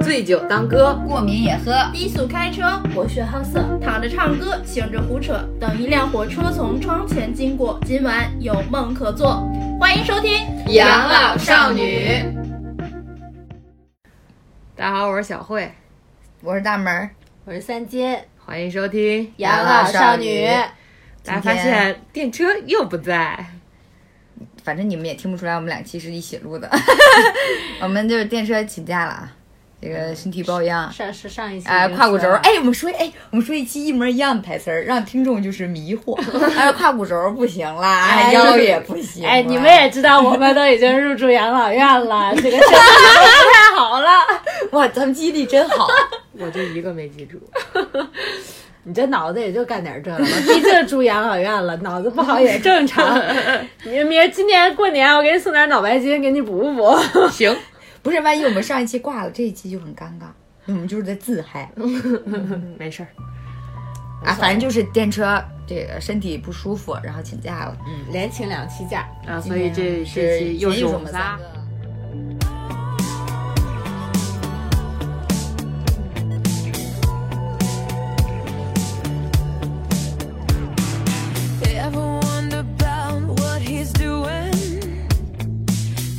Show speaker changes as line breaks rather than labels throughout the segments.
醉酒当歌，
过敏也喝。
低速开车，博学好色，躺着唱歌，醒着胡扯。等一辆火车从窗前经过，今晚有梦可做。欢迎收听《
养老少女》。大家好，我是小慧，
我是大门儿。
我是三金，
欢迎收听。
养老少女。
大家发现电车又不在，
反正你们也听不出来，我们俩其实一起录 的。我们就是电车请假了啊，这个身体抱恙。
上是上一期
哎，
没
胯骨轴儿，
说，
哎，我们说，哎，我们说一期一模一样的台词儿，让听众就是迷 惑。哎，胯骨轴儿不行啦，
哎
腰也不行。
哎，你们，也知道，我们都已经入住养老院 了，这个身体都不太好了。
哇，咱们记忆力真好。
我就一个没记住。
你这脑子也就干点这个， 毕竟住养老院了，脑子不好也正 常。你明儿今年过年，我给你送点脑白金，给你补补。
行，
不是，万一我们上一期挂了，这一期就很尴尬。我们就是在自嗨
嗯
没事儿。
啊，反正就是电车这个身体不舒服，然后请假了。
嗯，连请两期假。
啊，所以这
今
这
天
期又是
是
我们仨
三个。
They ever wonder about what he's doing?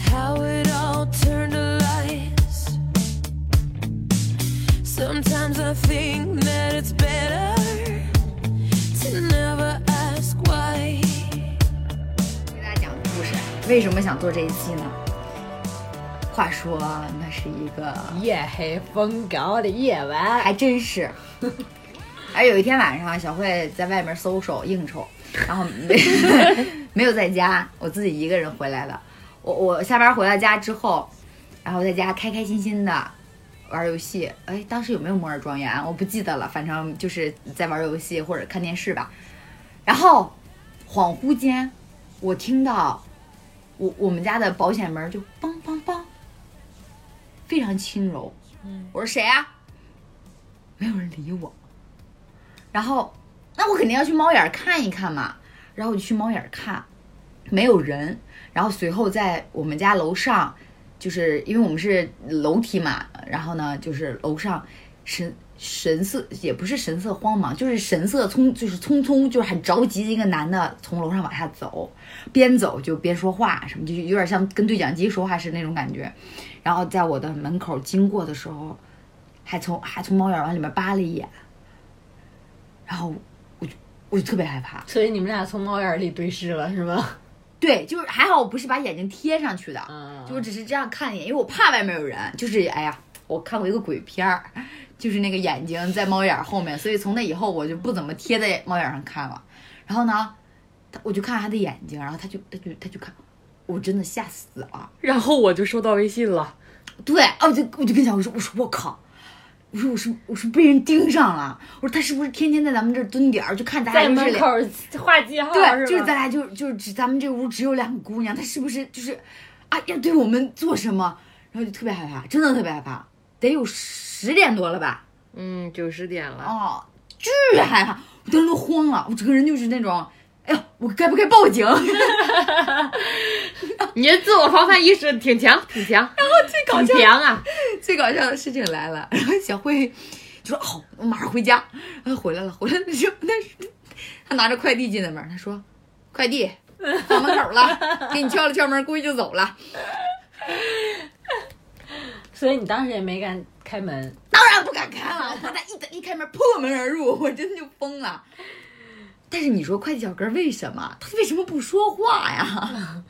How it all turned to lies. Sometimes I think that it's better to never ask why.
给大家讲个故事。为什么想做这一期呢？话说啊那是一个，
夜黑风高的夜晚，
还真是。而有一天晚上，小慧在外面搜手应酬，然后没没有在家，我自己一个人回来的。我我下班回到家之后，然后在家开开心心的玩游戏。哎，当时有没有《摩尔庄园》？我不记得了，反正就是在玩游戏或者看电视吧。然后恍惚间，我听到我我们家的保险门就梆梆梆，非常轻柔。我说谁啊？没有人理我。然后，那我肯定要去猫眼儿看一看嘛。然后我就去猫眼儿看，没有人。然后随后在我们家楼上，就是因为我们是楼梯嘛，然后呢，就是楼上神神色也不是神色慌忙，就是神色匆就是匆匆，就是很着急的一个男的从楼上往下走，边走就边说话，什么就有点像跟对讲机说话是那种感觉。然后在我的门口经过的时候，还从还从猫眼往里面扒了一眼，然后我就我就特别害怕。
所以你们俩从猫眼里对视了是吗？
对，就是还好我不是把眼睛贴上去的，
嗯
就只是这样看一眼，因为我怕外面有人。就是哎呀，我看过一个鬼片儿，就是那个眼睛在猫眼儿后面，所以从那以后我就不怎么贴在猫眼儿上看了。然后呢，他我就看他的眼睛，然后他就他就他就看，我真的吓死了。
然后我就收到微信了，
对，哦，我就我就跟小慧说，我说我靠，我说我是我是被人盯上了，我说他是不是天天在咱们这儿蹲点儿，就看咱俩
在
就是
门
两
口画记号
对，就是是
吧
咱俩就就是只咱们这屋只有两个姑娘，她是不是就是啊要对我们做什么？然后就特别害怕，真的特别害怕，得有十点多了吧？
嗯，九十点了，
哦，巨害怕，我当时都慌了，我整个人就是那种，哎呦，我该不该报警？
哦你的自我防范意识挺强，挺强，然后最搞笑强啊，
最搞笑的事情来了，然后小慧就说：“好、我马上回家。”然后回来了，回来的时候，但是她拿着快递进的门，她说：“快递放门口了，给你敲了敲门，估计就走了。
所以你当时也没敢开门。”
当然不敢开了，我怕她一打一开门破门而入，我真就疯了。但是你说快递小哥为什么他为什么不说话呀？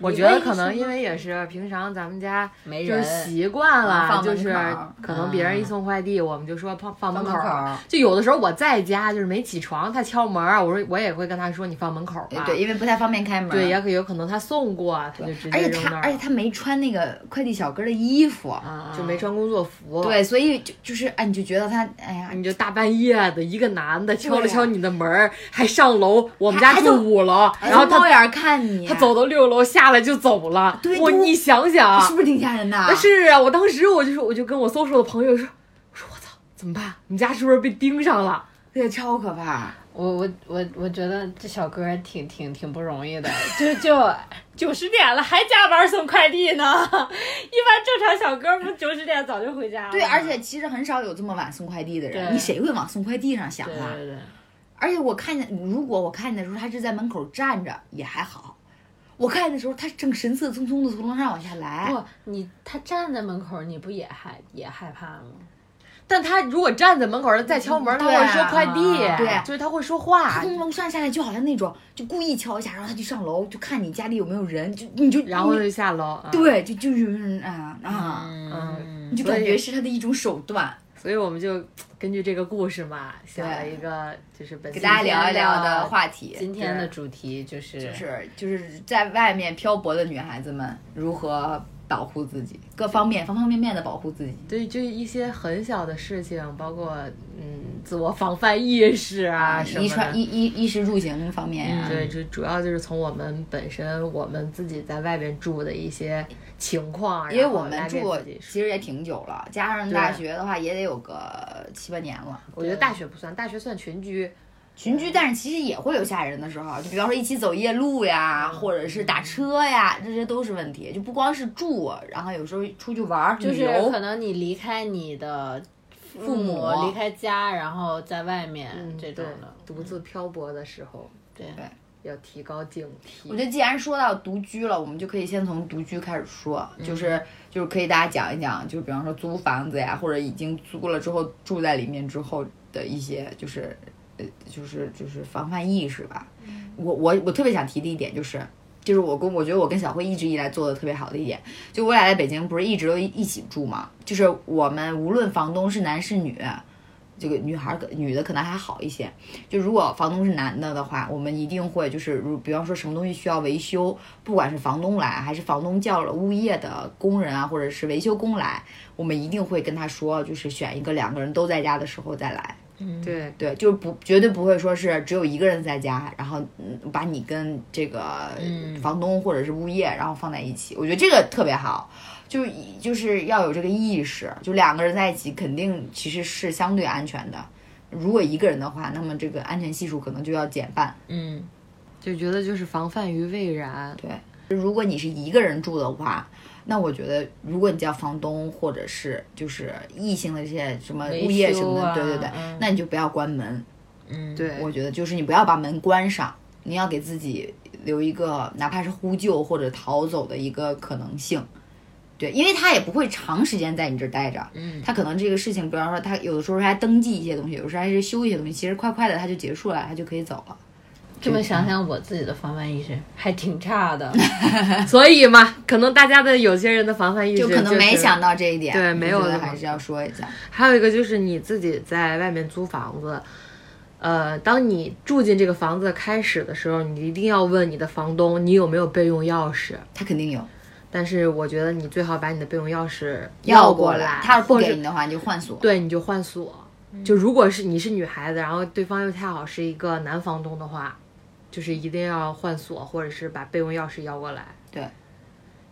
我觉得可能因为也是平常咱们家
没
就是
人
习惯
啊
了，
放
就
门
是
口儿
可能别人一送快递，我们就说放放门
放
口
门
儿
口儿。
就有的时候我在家就是没起床，他敲门儿，我说我也会跟他说你放门口儿吧。
哎对，因为不太方便开门。
对，也可有可能他送过，啊哎他就直
而
接
且
扔
他
那
而
儿
且
了，
他没穿那个快递小哥的衣服，
啊
就没穿工作服。，
对，所以就就是哎，你就觉得他哎呀，
你就大半夜的，一个男的敲了
对呀
敲你的门儿，还上楼，我们
还
家
还就
住五楼，然后
从猫
他
眼儿看你，
他走到六楼下来就走了。
对
我
就
你想想，
是不是挺吓人的？
啊是啊，我当时我就说，我就跟我搜索的朋友说，我说我操，怎么办？我们家是不是被盯上了？
对，哎超可怕。
我我我我觉得这小哥儿挺挺挺不容易的，就就九十点了还加班送快递呢，般正常小哥不九十点早就回家了。
对，而且其实很少有这么晚送快递的人，
对
你谁会往送快递上想
对
啊？
对对，
而且我看见，如果我看见的时候他是在门口站着也还好，我看见的时候他正神色匆匆的从楼上往下来，
不，你他站在门口，你不也害也害怕吗？
但他如果站在门口儿再敲门儿，他
对啊
会说快递，
对
就是他会说
他
话，
从楼上下来就好像那种就故意敲一下，然后他就上楼就看你家里有没有人，就你就
然后
你
就下楼。啊，
对就就是啊啊，
嗯
你就
所
感
以
觉是他的一种手段。
所以我们就根据这个故事嘛，想了一个就是本
给大家聊一聊的话题，
今天的主题就是
就是就是在外面漂泊的女孩子们如何保护自己，各方面方方面面的保护自己。
对，就一些很小的事情，包括嗯自我防范意识啊什么
衣
的。
穿衣衣衣食住行方面
嗯
呀、
对，这主要就是从我们本身我们自己在外边住的一些情况，
因为
然后
我们
哦来给
住
自己说
其实也挺久了，加上
对
大学的话也得有个七八年了。
我觉得大学不算，大学算群居，
群居，但是其实也会有吓人的时候，就比方说一起走夜路呀，
嗯
或者是打车呀，这些都是问题。就不光是住，然后有时候出去玩儿，
就
旅
是
游
可能你离开你的父
母
离开家，然后在外面
嗯
这
对
种的，，
独自漂泊的时候
对
要提高警惕。
我觉得既然说到独居了，我们就可以先从独居开始说，就是就是可以大家讲一讲，就是比方说租房子呀，或者已经租了之后住在里面之后的一些就是呃就是就是防范意识吧。我我我特别想提的一点就是。就是我跟我觉得我跟小慧一直以来做的特别好的一点，就我俩在北京不是一直都一起住嘛，就是我们无论房东是男是女，这个女孩儿可女的可能还好一些，就如果房东是男的的话，我们一定会就是，如比方说什么东西需要维修，不管是房东来还是房东叫了物业的工人啊，或者是维修工来，我们一定会跟他说，就是选一个两个人都在家的时候再来。
对，
对，就是不绝对不会说是只有一个人在家，然后嗯把你跟这个房东或者是物业，然后放在一起，我觉得这个特别好，就是以就是要有这个意识，就两个人在一起肯定其实是相对安全的，如果一个人的话，那么这个安全系数可能就要减半。
嗯，就觉得就是防范于未然。
对，如果你是一个人住的话，那我觉得如果你叫房东或者是就是异性的这些什么
维
物业什么
修
的，
啊
对对对，
嗯
那你就不要关门。
对，
我觉得就是你不要把门关上，你要给自己留一个哪怕是呼救或者逃走的一个可能性。对，因为他也不会长时间在你这儿待着，嗯，他可能这个事情，比方说他有的时候还登记一些东西，有时候还是修一些东西，其实快快的他就结束了，他就可以走了。
这么想想，我自己的防范意识还挺差 的。
所以嘛，可能大家的有些人的防范意识
就可能没
是
想到这一点，
对没有
我觉
那
得
么
还是要说一下。
还有一个就是你自己在外面租房子，呃，当你住进这个房子开始的时候，你一定要问你的房东你有没有备用钥匙。
他肯定有
但是我觉得你最好把你的备用钥匙
要
过
过
来，
他要不
或
给嗯
者
你的话，你就换锁。
对你就换锁。就如果是你是女孩子，然后对方又恰好是一个男房东的话，就是一定要换锁，或者是把备用钥匙要过来。
对，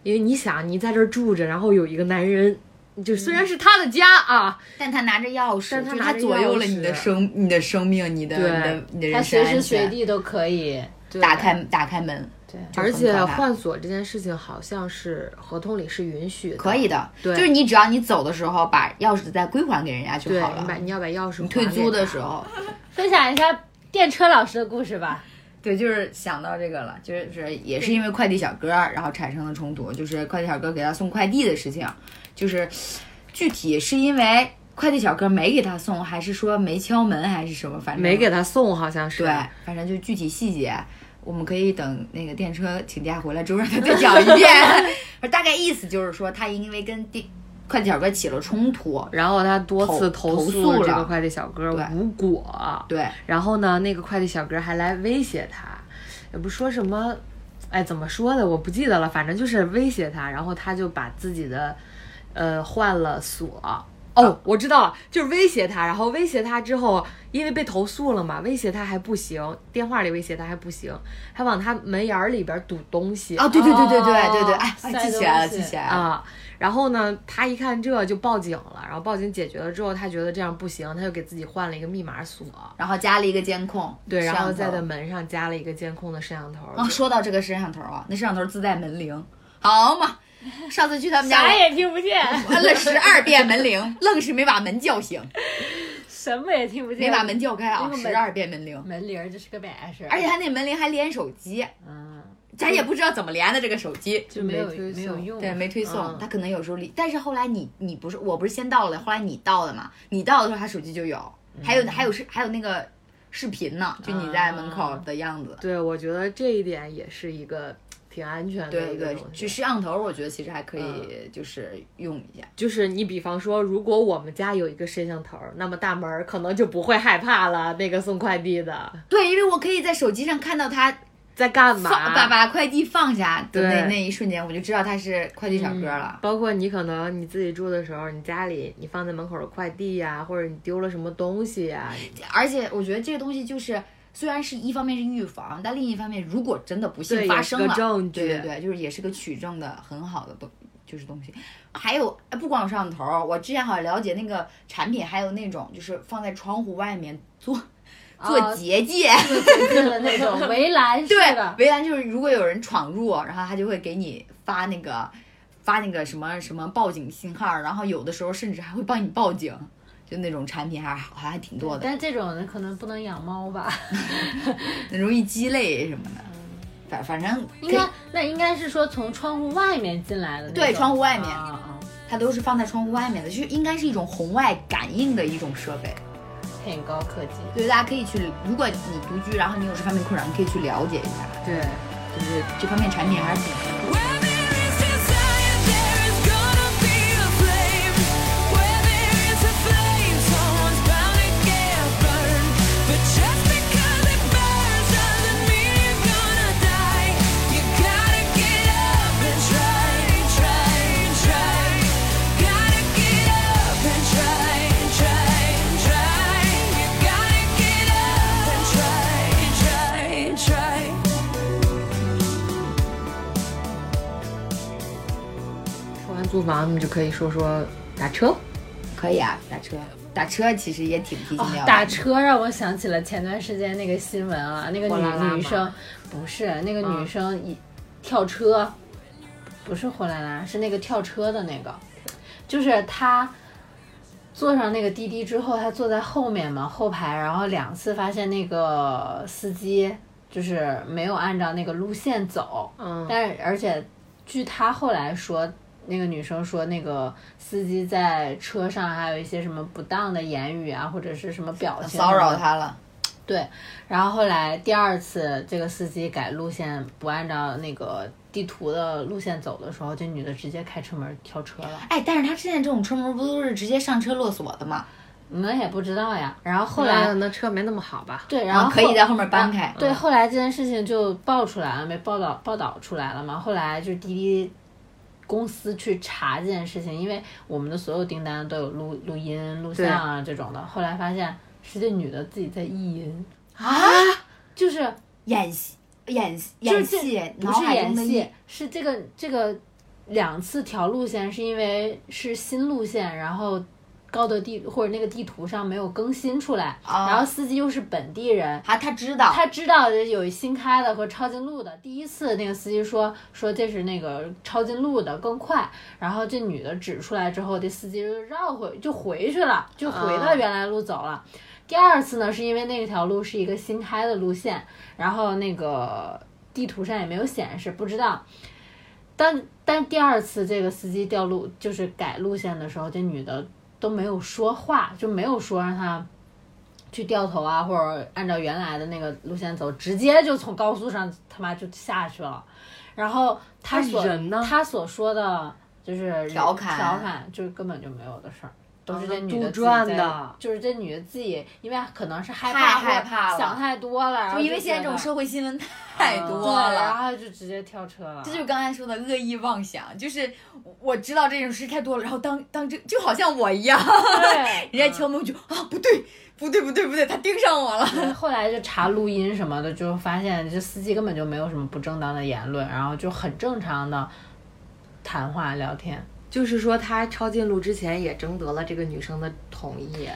因为你想你在这儿住着，然后有一个男人，就虽然是他的家啊，
但他拿着钥匙，
但他
就是
拿着
左右
钥
了你的
匙
生、你的生命、你的、你
对
的、你的
他
人身
随
安
时随
全。
地都可以，
对
打开打开门，
对，
就
而
很
且
可怕
换锁这件事情好像是合同里是允许的，
可以的，
对
就是你只要你走的时候把钥匙再归还给人家就
对，
好
你把
了。
你要把钥匙
你退
还给
租的
他
时候，
分享一下电车老师的故事吧。
对，就是想到这个了，就是是也是因为快递小哥儿，然后产生了冲突，就是快递小哥给他送快递的事情，就是具体是因为快递小哥没给他送，还是说没敲门，还是什么，反正
没给他送，好像是
对，反正就具体细节，我们可以等那个电车请假回来之后让他再讲一 遍。大概意思就是说，他因为跟电快递小哥起了冲突，
然后他多次
投投
诉
诉
这
了
个快递小哥
对
无果，啊
对，
然后呢，那个快递小哥还来威胁他，也不说什么，哎，怎么说的我不记得了，反正就是威胁他，然后他就把自己的，呃，换了锁。哦，我知道了，就是威胁他，然后威胁他之后，因为被投诉了嘛，威胁他还不行，电话里威胁他还不行，还往他门眼儿里边堵东西
啊，对对对对对对对，哎，
塞
哎记起来了，
东西
记起来了，
啊，然后呢，他一看这就报警了，然后报警解决了之后，他觉得这样不行，他就给自己换了一个密码锁，
然后加了一个监控，
对，然后
摄
在
像头哦
的门上加了
哦
一个监控的摄像头，
啊，说到这个摄像头啊，那摄像头自带门铃，好嘛，上次去他们家，
啥
我
也听不见，
摁了十二遍门铃，愣是没把门叫醒，
什么也听不见，
没把门叫嗯开啊
那，个门
十二遍门铃，
门铃儿就是个摆设，
而且他那门铃还连手机，
嗯，
咱也不知道怎么连的这个手机。
就没有
没推送
没有用，
对，没推送
嗯，
他可能有时候离，但是后来你你不是我不是先到了，后来你到的嘛，你到的时候他手机就有，还有还有是还有那个视频呢，就你在门口的样子，
对，我觉得这一点也是一个挺安全的
对
一个
对
东，西
就摄像头，我觉得其实还可以，就是用一下。
就是你比方说，如果我们家有一个摄像头，那么大门儿可能就不会害怕了。那个送快递的
对，因为我可以在手机上看到他
在干嘛？
放把把快递放下的那
对
那一瞬间，我就知道他是快递小哥了。
包括你可能你自己住的时候，你家里你放在门口的快递呀、或者你丢了什么东西呀、
而且我觉得这个东西就是，虽然是一方面是预防，但另一方面，如果真的不幸
对
发
也是
生
个
了，
证
对对
据
对，就是也是个取证的很好的东，就是东西。还有哎不光有摄像头儿，我之前好像了解那个产品，还有那种就是放在窗户外面做做
啊
哦
结界。
就是那种围栏式
对
的，，
围栏就是如果有人闯入，然后他就会给你发那个发那个什么什么报警信号，然后有的时候甚至还会帮你报警，就那种产品还好像还挺多的，
但这种人可能不能养猫 吧？
很 容易鸡肋什么的。反反正
应该那应该是说从窗户外面进来的那种，
对窗户外面
啊啊
它都是放在窗户外面的，就是应该是一种红外感应的一种设备。
很高科技。
所以大家可以去，如果你独居，然后你有这方面困扰，你可以去了解一下，
对，
就是这方面产品还是挺多的。
Where there is desire, there is gonna be a flame. Where there is a flame, someone's bound to get burned. But just because it burns doesn't mean you're gonna die. You gotta get up and try, try, try. Gotta get up and try, try, try. You gotta get up and try, try, try.
说完租房，我们就可以说说打车。
可以啊，打车，打车其实也挺提
哦
心吊胆的。
哦打车让我想起了前段时间那个新闻啊，那个
货拉拉
女
吗嗯
女生不是那个女生一、跳车，不是货拉拉，是那个跳车的那个，就是她坐上那个滴滴之后，她坐在后面嘛后排，然后两次发现那个司机就是没有按照那个路线走，
嗯
但是而且据她后来说。那个女生说，那个司机在车上还有一些什么不当的言语啊，或者是什么表情
骚
什
扰
么的
他了，
对，然后后来第二次这个司机改路线，不按照那个地图的路线走的时候，这女的直接开车门跳车了。
哎，但是他现在这种车门不都是直接上车落锁的吗？
我也不知道呀。然后后
后
来
来那车没那么好吧？
对，然
然
后
后啊可以在后面搬开嗯
啊对，后来这件事情就爆出来了，没报道报道出来了嘛。后来就是滴滴公司去查这件事情，因为我们的所有订单都有录录音、录像啊这种的。后来发现是这女的自己在意淫，
啊，
就是
演戏演戏
就
演
是这
戏，
不
脑
是
海中
演
的
戏
意，
是这个这个两次调路线是因为是新路线，然后高德地或者那个地图上没有更新出来，
啊
然后司机又是本地人。
啊，他知道
他知道有新开的和抄近路的。第一次那个司机说说这是那个抄近路的更快，然后这女的指出来之后，这司机就绕回就回去了，就回到原来路走了。第二次呢，是因为那条路是一个新开的路线，然后那个地图上也没有显示，不知道。但但第二次这个司机调路就是改路线的时候，这女的都没有说话，就没有说让他去掉头啊，或者按照原来的那个路线走，直接就从高速上他妈就下去了。然后他所
那人呢
他所说的就是
调侃
调侃就是根本就没有的事儿。都是这女的
啊杜撰
自己在
的
就是这女的自己，因为可能是害
太
怕或者
害怕了
想太多了，然后
就啊因为
觉
现在这种
得嗯
社会新闻太多
对，然
了。
后就直接跳车了。
这 就是刚才说的恶意妄想，就是我我知道这种事太多了，然后当当这就好像我一样，
对，
人家敲门我就啊不对不对不对不对，他盯上我了。
对后来就查录音什么的，就发现这司机根本就没有什么不正当的言论，然后就很正常的谈话聊天。
就是说他抄近路之前也征得了这个女生的同意。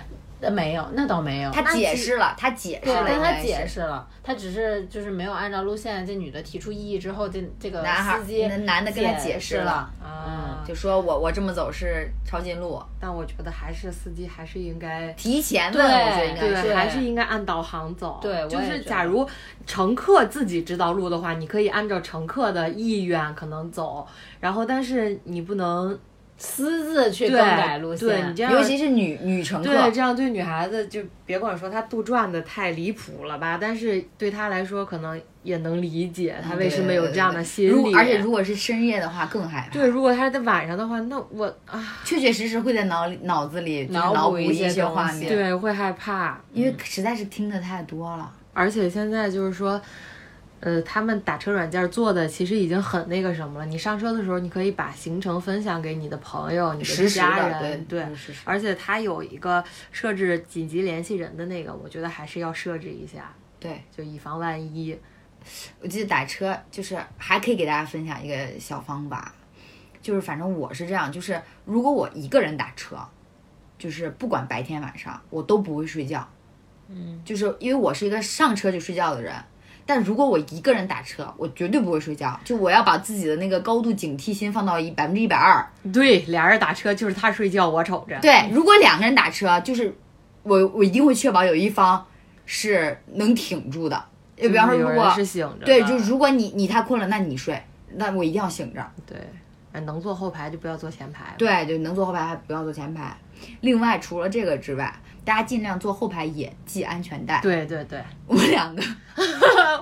呃，没有，那倒没有。
他
那
解
只
释了，他解释
对，
了，
但他
应该
解
是
释了，他只是就是没有按照路线，这女的提出异议之后，这这个
男孩
司机
那男的跟他解释
释
了
了，
啊啊
就说我我这么走是抄近路，
但我觉得还是司机还是应该。
提前
对
问，我觉得应该
对
是。
还是应该按导航走。
对
就
我也觉
是
得
假如乘客自己知道路的话，你可以按照乘客的意愿可能走，然后但是你不能
私自去
对
更改路线，
对你这样，
尤其是女女乘客
对，这样对女孩子就别管说她杜撰的太离谱了吧，但是对她来说可能也能理解她为什么有这样的心理。
如果而且如果是深夜的话更害怕，
对，如果她是在晚上的话，那我啊，
确确实实会在脑里脑子里就是
脑补
脑补
一些
些
东
画
西
面，
对，会害怕。
因为实在是听的太多了。
而且现在就是说，呃，他们打车软件做的其实已经很那个什么了。你上车的时候，你可以把行程分享给你的朋友、你
实时的
家人，
对
对
嗯实时。
而且它有一个设置紧急联系人的那个，我觉得还是要设置一下，
对，
就以防万一。
我记得打车就是还可以给大家分享一个小方法，就是反正我是这样，就是如果我一个人打车，就是不管白天晚上我都不会睡觉，嗯，就是因为我是一个上车就睡觉的人。但如果我一个人打车，我绝对不会睡觉，就我要把自己的那个高度警惕心放到一百分之一百二。
对，俩人打车就是他睡觉，我瞅着。
对，如果两个人打车，就是我我一定会确保有一方是能挺住的。就比方说，
就是
如
有人
果
是醒着的，
对，就如果你你太困了，那你睡，那我一定要醒着。
对，哎能坐后排就不要坐前排。，
对，就能坐后排还不要坐前排。另外，除了这个之外，大家尽量坐后排也系安全带。
对对对，
我们 两个，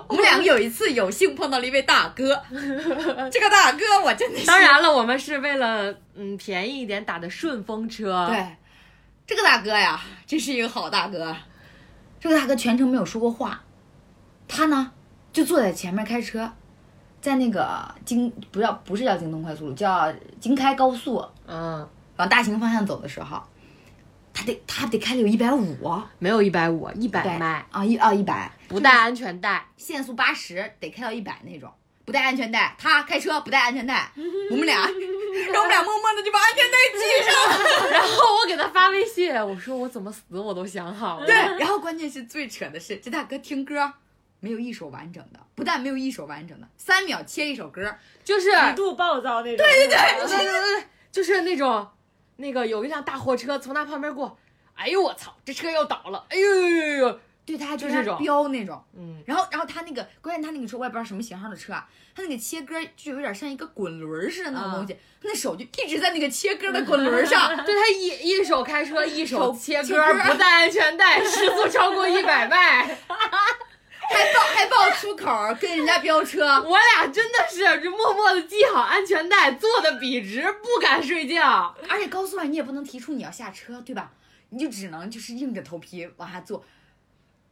我们两个有一次有幸碰到了一位大 哥，这个大哥我真的是
当然了，我们是为了嗯便宜一点打的顺风车。
对，这个大哥呀，真是一个好大哥。这个大哥全程没有说过话，他呢就坐在前面开车，在那个京不要不是叫京东快速路，叫京开高速
嗯。
往大兴方向走的时候，他得他得开的有一百五，
没有一百五，一
对
百迈，
啊一啊一百，
不带安全带。
限速八十得开到一百那种，不带安全带，他开车不带安全带，我们俩 让我们俩默默的就把安全带系上。
然后我给他发微信，我说我怎么死我都想好了。
对，然后关键是最扯的是，这大哥听歌没有一首完整的，不但没有一首完整的，三秒切一首歌，
就是
极度暴躁那种。对对对，
对对对，就是那种，那个有一辆大货车从他旁边过，哎呦我操，这车要倒了，哎呦呦呦呦呦，
对他就
就这
是
种
飙那种。
嗯，
然后，然后他那个，关键他那个车我也不知道什么型号的车啊，他那个切歌就有点像一个滚轮似的那种东
嗯
西，他那手就一直在那个切歌的滚轮 上，
对他一一手开车，一手切
切
歌
歌，
不带安全带，时速超过一百迈，
还爆还爆粗口跟人家飙车。
我俩真的是就默默的系好安全带，坐的笔直，不敢睡觉。
而且高速上你也不能提出你要下车，对吧？你就只能就是硬着头皮往下坐。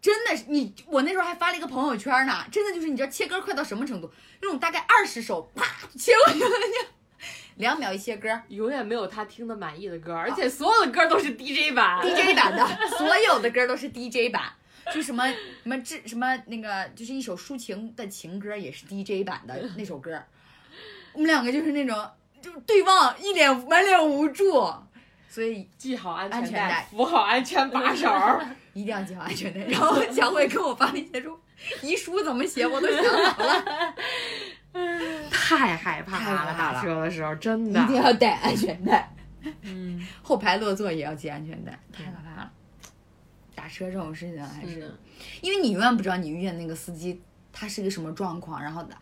真的是你，我那时候还发了一个朋友圈呢，真的就是你知道切歌快到什么程度？那种大概二十首，啪切过去了，两秒一切歌
永远没有他听的满意的歌，而且所有的歌都是 DJ 版。
，DJ 版的，所有的歌都是 DJ 版，就什么什么这什么那个，就是一首抒情的情歌，也是 DJ 版的那首歌。我们两个就是那种，就是对望一脸满脸无助，所以
系好安
安
全
全带
带，扶好安全把手儿。
一定要系好安全带。然后小慧跟我发了一些说， 遗书怎么写我都想好了，
太害怕
太害怕了
打车的时候真
一定
的。
要带安全带。嗯，后排落座也要系安全带，太可怕了。打车这种事情还是，因为你永远不知道你遇见那个司机他是个什么状况，然后他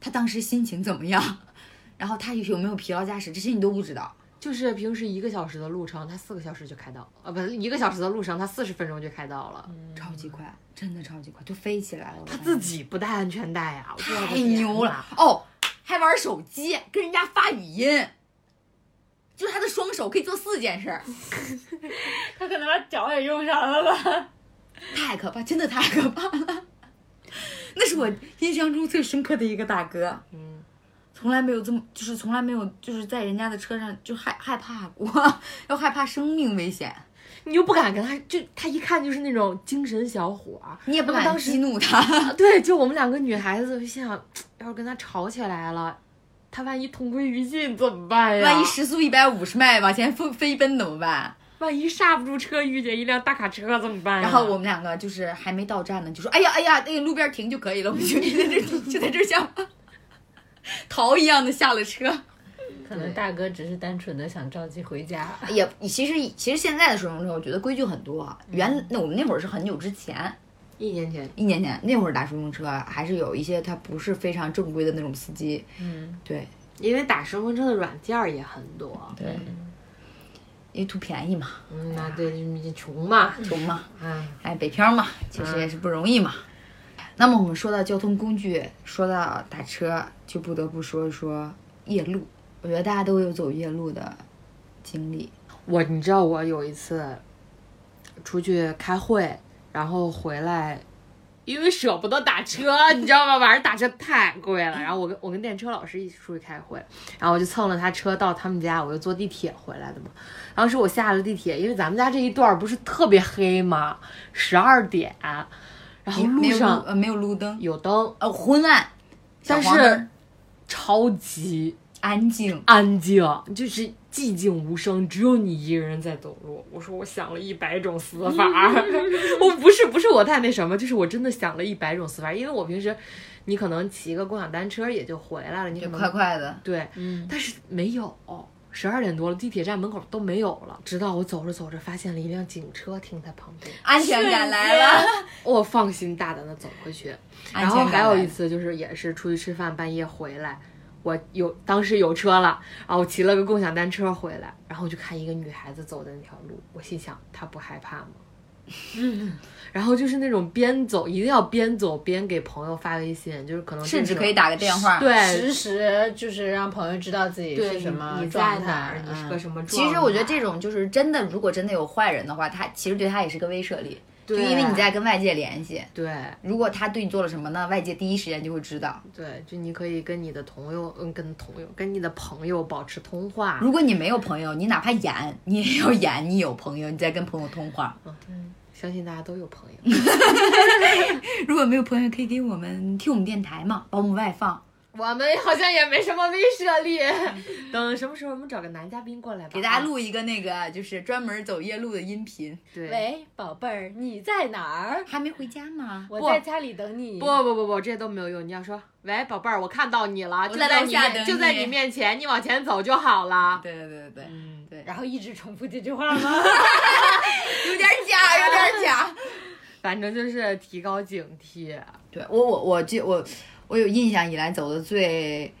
他当时心情怎么样， 然后他有没有疲劳驾驶，这些你都不知道。
就是平时一个小时的路程，他四个小时就开到，啊，不是一个小时的路程，他四十分钟就开到了。
超级快，真的超级快，就飞起来了。我
他
感觉
自己不带安全带呀、啊，
哦太牛了！哦，还玩手机，跟人家发语音，就是他的双手可以做四件事儿，
他可能把脚也用上了吧？
太可怕，真的太可怕了。那是我印象中最深刻的一个大哥，
嗯，
从来没有这么，就是从来没有，就是在人家的车上就害害怕过， 要害怕生命危险，
你又不敢跟他，就他一看就是那种精神小伙儿。
你也不
我们
敢
当时
激怒他。
啊对，就我们两个女孩子，就心想，要是跟他吵起来了，他万一同归于尽怎么办呀？
万一时速一百五十迈往前飞飞奔怎么办？
万一刹不住车，遇见一辆大卡车怎么办啊呀？
然后我们两个就是还没到站呢，就说：“哎呀哎呀，那个路边停就 可以了，我们就在这儿停，就在这儿下吧。”逃一样的下了车，
可
可能大哥只是单纯的想着急回家。
也其实其实现在的水中车，我觉得规矩很多啊。
嗯
原那我们那会儿是很久之前，
一年前，
一年前那会儿打顺风车还是有一些他不是非常正规的那种司机，
嗯，
对
因为打顺风车的软件儿也很多，
对，因为图便宜嘛，
嗯，那对，你穷嘛，
穷嘛，
嗯，
哎，北漂嘛，确实也是不容易嘛。那么我们说到交通工具，说到打车，就不得不说一说夜路。我觉得大家都有走夜路的经历，
我你知道我有一次出去开会，然后回来，因为舍不得打车，你知道吗？晚上打车太贵了。然后我跟我跟电车老师一起出去开会，然后我就蹭了他车到他们家，我就坐地铁回来的嘛。当时我下了地铁，因为咱们家这一段儿不是特别黑嘛，十二点，然后路
没有
上
呃没有路灯，
有灯，
呃昏暗，小
但
黄灯
是超级
安静。
安静，就是寂静无声，只有你一个人在走路。我说我想了一百种死法儿， 我不是不是我太那什么，就是我真的想了一百种死法儿，因为我平时你可能骑个共享单车也就回来了，你可
就
能
快快的，
对，
嗯，
但是没有。十二点多了，地铁站门口都没有了。直到我走着走着，发现了一辆警车停在旁边，
安全感来了。
我放心大胆的走回去。
安
然后
全感
还有
来
一
了
次就是也是出去吃饭，半夜回来，我有当时有车了，然后我骑了个共享单车回来，然后就看一个女孩子走的那条路，我心想她不害怕吗？ 然后就是那种边走一定要边走边给朋友发微信，就是可能
甚至
这个
可以打个电话。，
对
实时就是让朋友知道自己
对
是什么
你
状
在哪儿，
态，嗯
你是个什么状态？
嗯其实我觉得这种就是真的，如果真的有坏人的话，他其实对他也是个威慑力，就
对啊
因为你在跟外界联系。
对
如果他对你做了什么呢，外界第一时间就会知道。
对，就你可以跟你的朋友，嗯，跟朋友跟你的朋友保持通话，
如果你没有朋友，你哪怕演，你也要演你有朋友，你在跟朋友通话。
相信大家都有朋友。
如果没有朋友，可以给我们听我们电台嘛，把我们外放，
我们好像也没什么威慑力。等什么时候我们找个男嘉宾过来吧，啊
给大家录一个那个就是专门走夜路的音频。
对，
喂，宝贝儿，你在哪儿？
还没回家吗？
我
不
在家里等你。
不不不不，这些都没有用。你要说，喂，宝贝儿，我看到你了，就
在
在
楼
你
下
面
等
就在
你
你面前，你往前走就好了。
对对对对对，
嗯，
对
然后一直重复这句话 吗？
有点假，有点假。
反正就是提高警惕。
对我我我记我我有印象以来走的最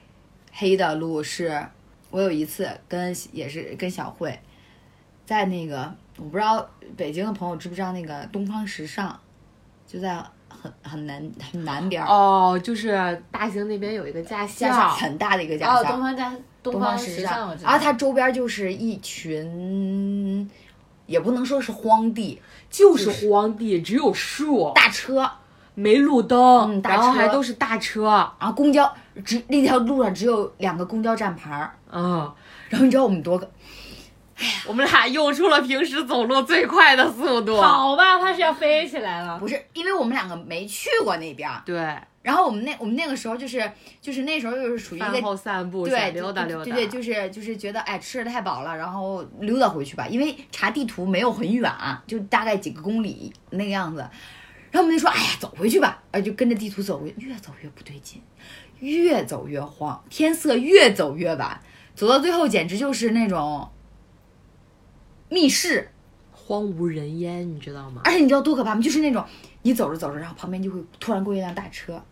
黑的路是，我有一次跟也是跟小慧，在那个我不知道北京的朋友知不知道那个东方时尚，就在很很南很南边儿，
哦，就是大兴那边有一个驾
驾校
校，
很大的一个驾
哦，
校，
东方家，东
方
时
尚，啊
我知道。
然后它周边就是一群，也不能说是荒地，
就是荒地，只有树，
大车。
没路灯，
嗯大
然后还
车
都是大车。
然后公交只那条路上只有两个公交站牌儿，
嗯，
然后你知道我们多个
我们俩用出了平时走路最快的速度。
好吧，他是要飞起来了。
不是，因为我们两个没去过那边儿，
对。
然后我们那我们那个时候就是就是那时候就是属于一
饭后
个
散步，
对
想溜达溜达，
对对，就是就是觉得哎吃的太饱了，然后溜达回去吧，因为查地图没有很远，啊就大概几个公里那个样子。然后我们就说哎呀走回去吧，呃就跟着地图走回去，越走越不对劲，越走越慌，天色越走越晚，走到最后简直就是那种密室。
荒无人烟，你知道吗？
而且你知道多可怕吗？就是那种你走着走着，然后旁边就会突然过一辆大车，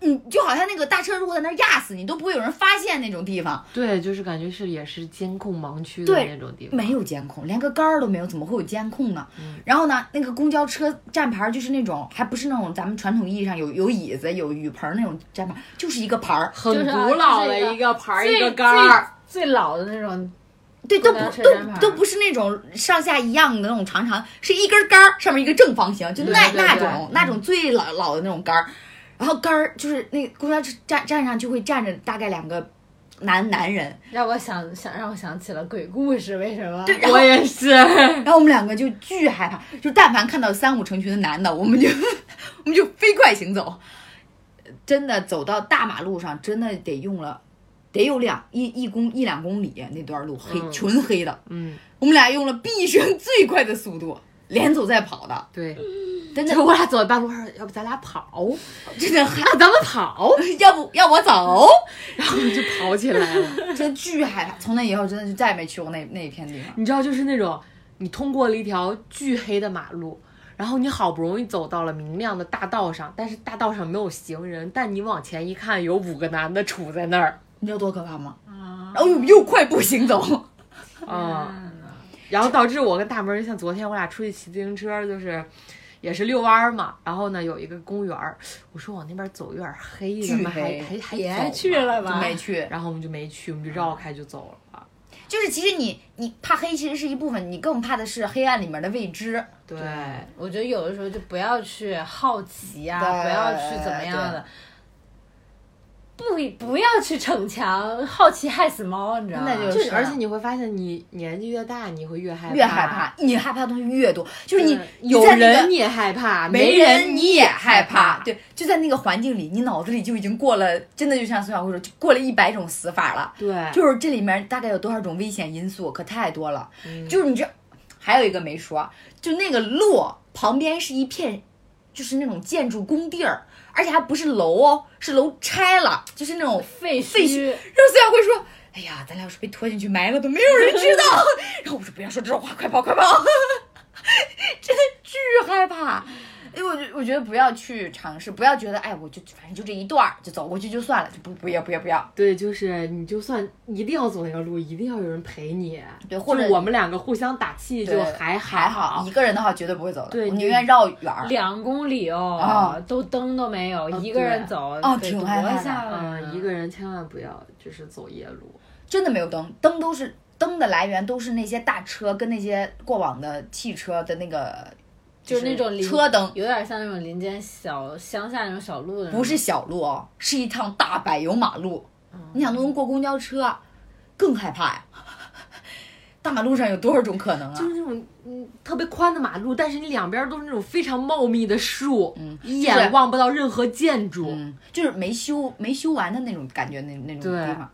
你就好像那个大车如果在那儿压死你，都不会有人发现那种地方，
对，就是感觉是也是监控盲区的
对
那种地方，嗯
没有监控，连个杆儿都没有，怎么会有监控呢？然后呢，那个公交车站牌就是那种，还不是那种咱们传统意义上有有椅子、有雨棚那种站牌，就是一个牌儿，
很
就是啊
古老
就是一
的
个
个牌儿
最
一个杆儿，
最最老的那种，
对，都
公
不
交车站牌
都都不是那种上下一样的那种长长，是一根杆儿上面一个正方形，就那
对对
那
对
种那种最老老的那种杆儿，然后杆儿就是那公交车站站上就会站着大概两个男男人，
让我想想让我想起了鬼故事，为什么？
对，然后
我也是，
然后我们两个就巨害怕，就但凡看到三五成群的男的，我们就 我们就飞快行走，真的走到大马路上，真的得用了得有两一一公一两公里那段路黑
嗯
纯黑的，
嗯，
我们俩用了毕生最快的速度连走带跑的，
对，
真
就
的
是我俩走一半路，我说要不咱俩跑，
真的
那咱们跑，
要不要我走？
然后就跑起来了。
真的巨害怕。从那以后，真的就再也没去过那那一片地方。
你知道，就是那种你通过了一条巨黑的马路，然后你好不容易走到了明亮的大道上，但是大道上没有行人，但你往前一看，有五个男的杵在那儿，
你知道多可怕吗？然后又又快步行走，
嗯，然后导致我跟大门儿像昨天我俩出去骑自行车，就是。也是遛弯儿嘛，然后呢有一个公园儿，我说往那边走有点黑，咱
巨
们还
黑
还还走
别
吗
去，了
就
吧，
没去。
然后我们就没去，我们就
嗯
绕开就走了。
就是其实你你怕黑其实是一部分，你更怕的是黑暗里面的未知。
对，
我觉得有的时候就不要去好奇啊，
对
不要去怎么样的，不不要去逞强，好奇害死猫，你知道吗？
那就
就是
是
而且你会发现，你年纪越大，你会越害怕，
越害怕，你害怕的东西越多，就是你
对
你
有
在那个
人你也害怕，
没
人
人你也害
怕
怕，对，就在那个环境里，你脑子里就已经过了，真的就像孙晓慧说，就过了一百种死法了。
对，
就是这里面大概有多少种危险因素，可太多了。就是你这还有一个没说，就那个路旁边是一片，就是那种建筑工地儿，而且还不是楼哦，是楼拆了，就是那种
废墟
废墟。然后孙晓慧说：“哎呀，咱俩要是被拖进去埋了，都没有人知道。”然后我说：“不要说这种话，快跑，快跑！”真的巨害怕。因为我就我觉得不要去尝试，不要觉得哎，我就反正就这一段儿，就走过去就算了，就不不要不要不要。
对，就是你就算一定要走那条路，一定要有人陪你，
对或
就
者
我们两个互相打气就
对
还
还好，一个人的话绝对不会走的，
对
我
你
宁愿绕远儿。
两公里哦，
啊
都灯都没有，一个
对
人走，
哦
得
挺
多
害怕的
吓人啊
嗯，一个人千万不要就是走夜路，
真的没有灯，灯都是灯的来源都是那些大车跟那些过往的汽车的那个，
就是那种林
车灯，
有点像那种林间小乡下那种小路的那种，
不是小路哦，是一趟大柏油马路。
嗯
你想都能过公交车，更害怕呀！大马路上有多少种可能啊
就？是那种嗯特别宽的马路，但是你两边都是那种非常茂密的树，
嗯
一
就是
眼望不到任何建筑。
嗯，就是没修没修完的那种感觉，那那种
对
地方，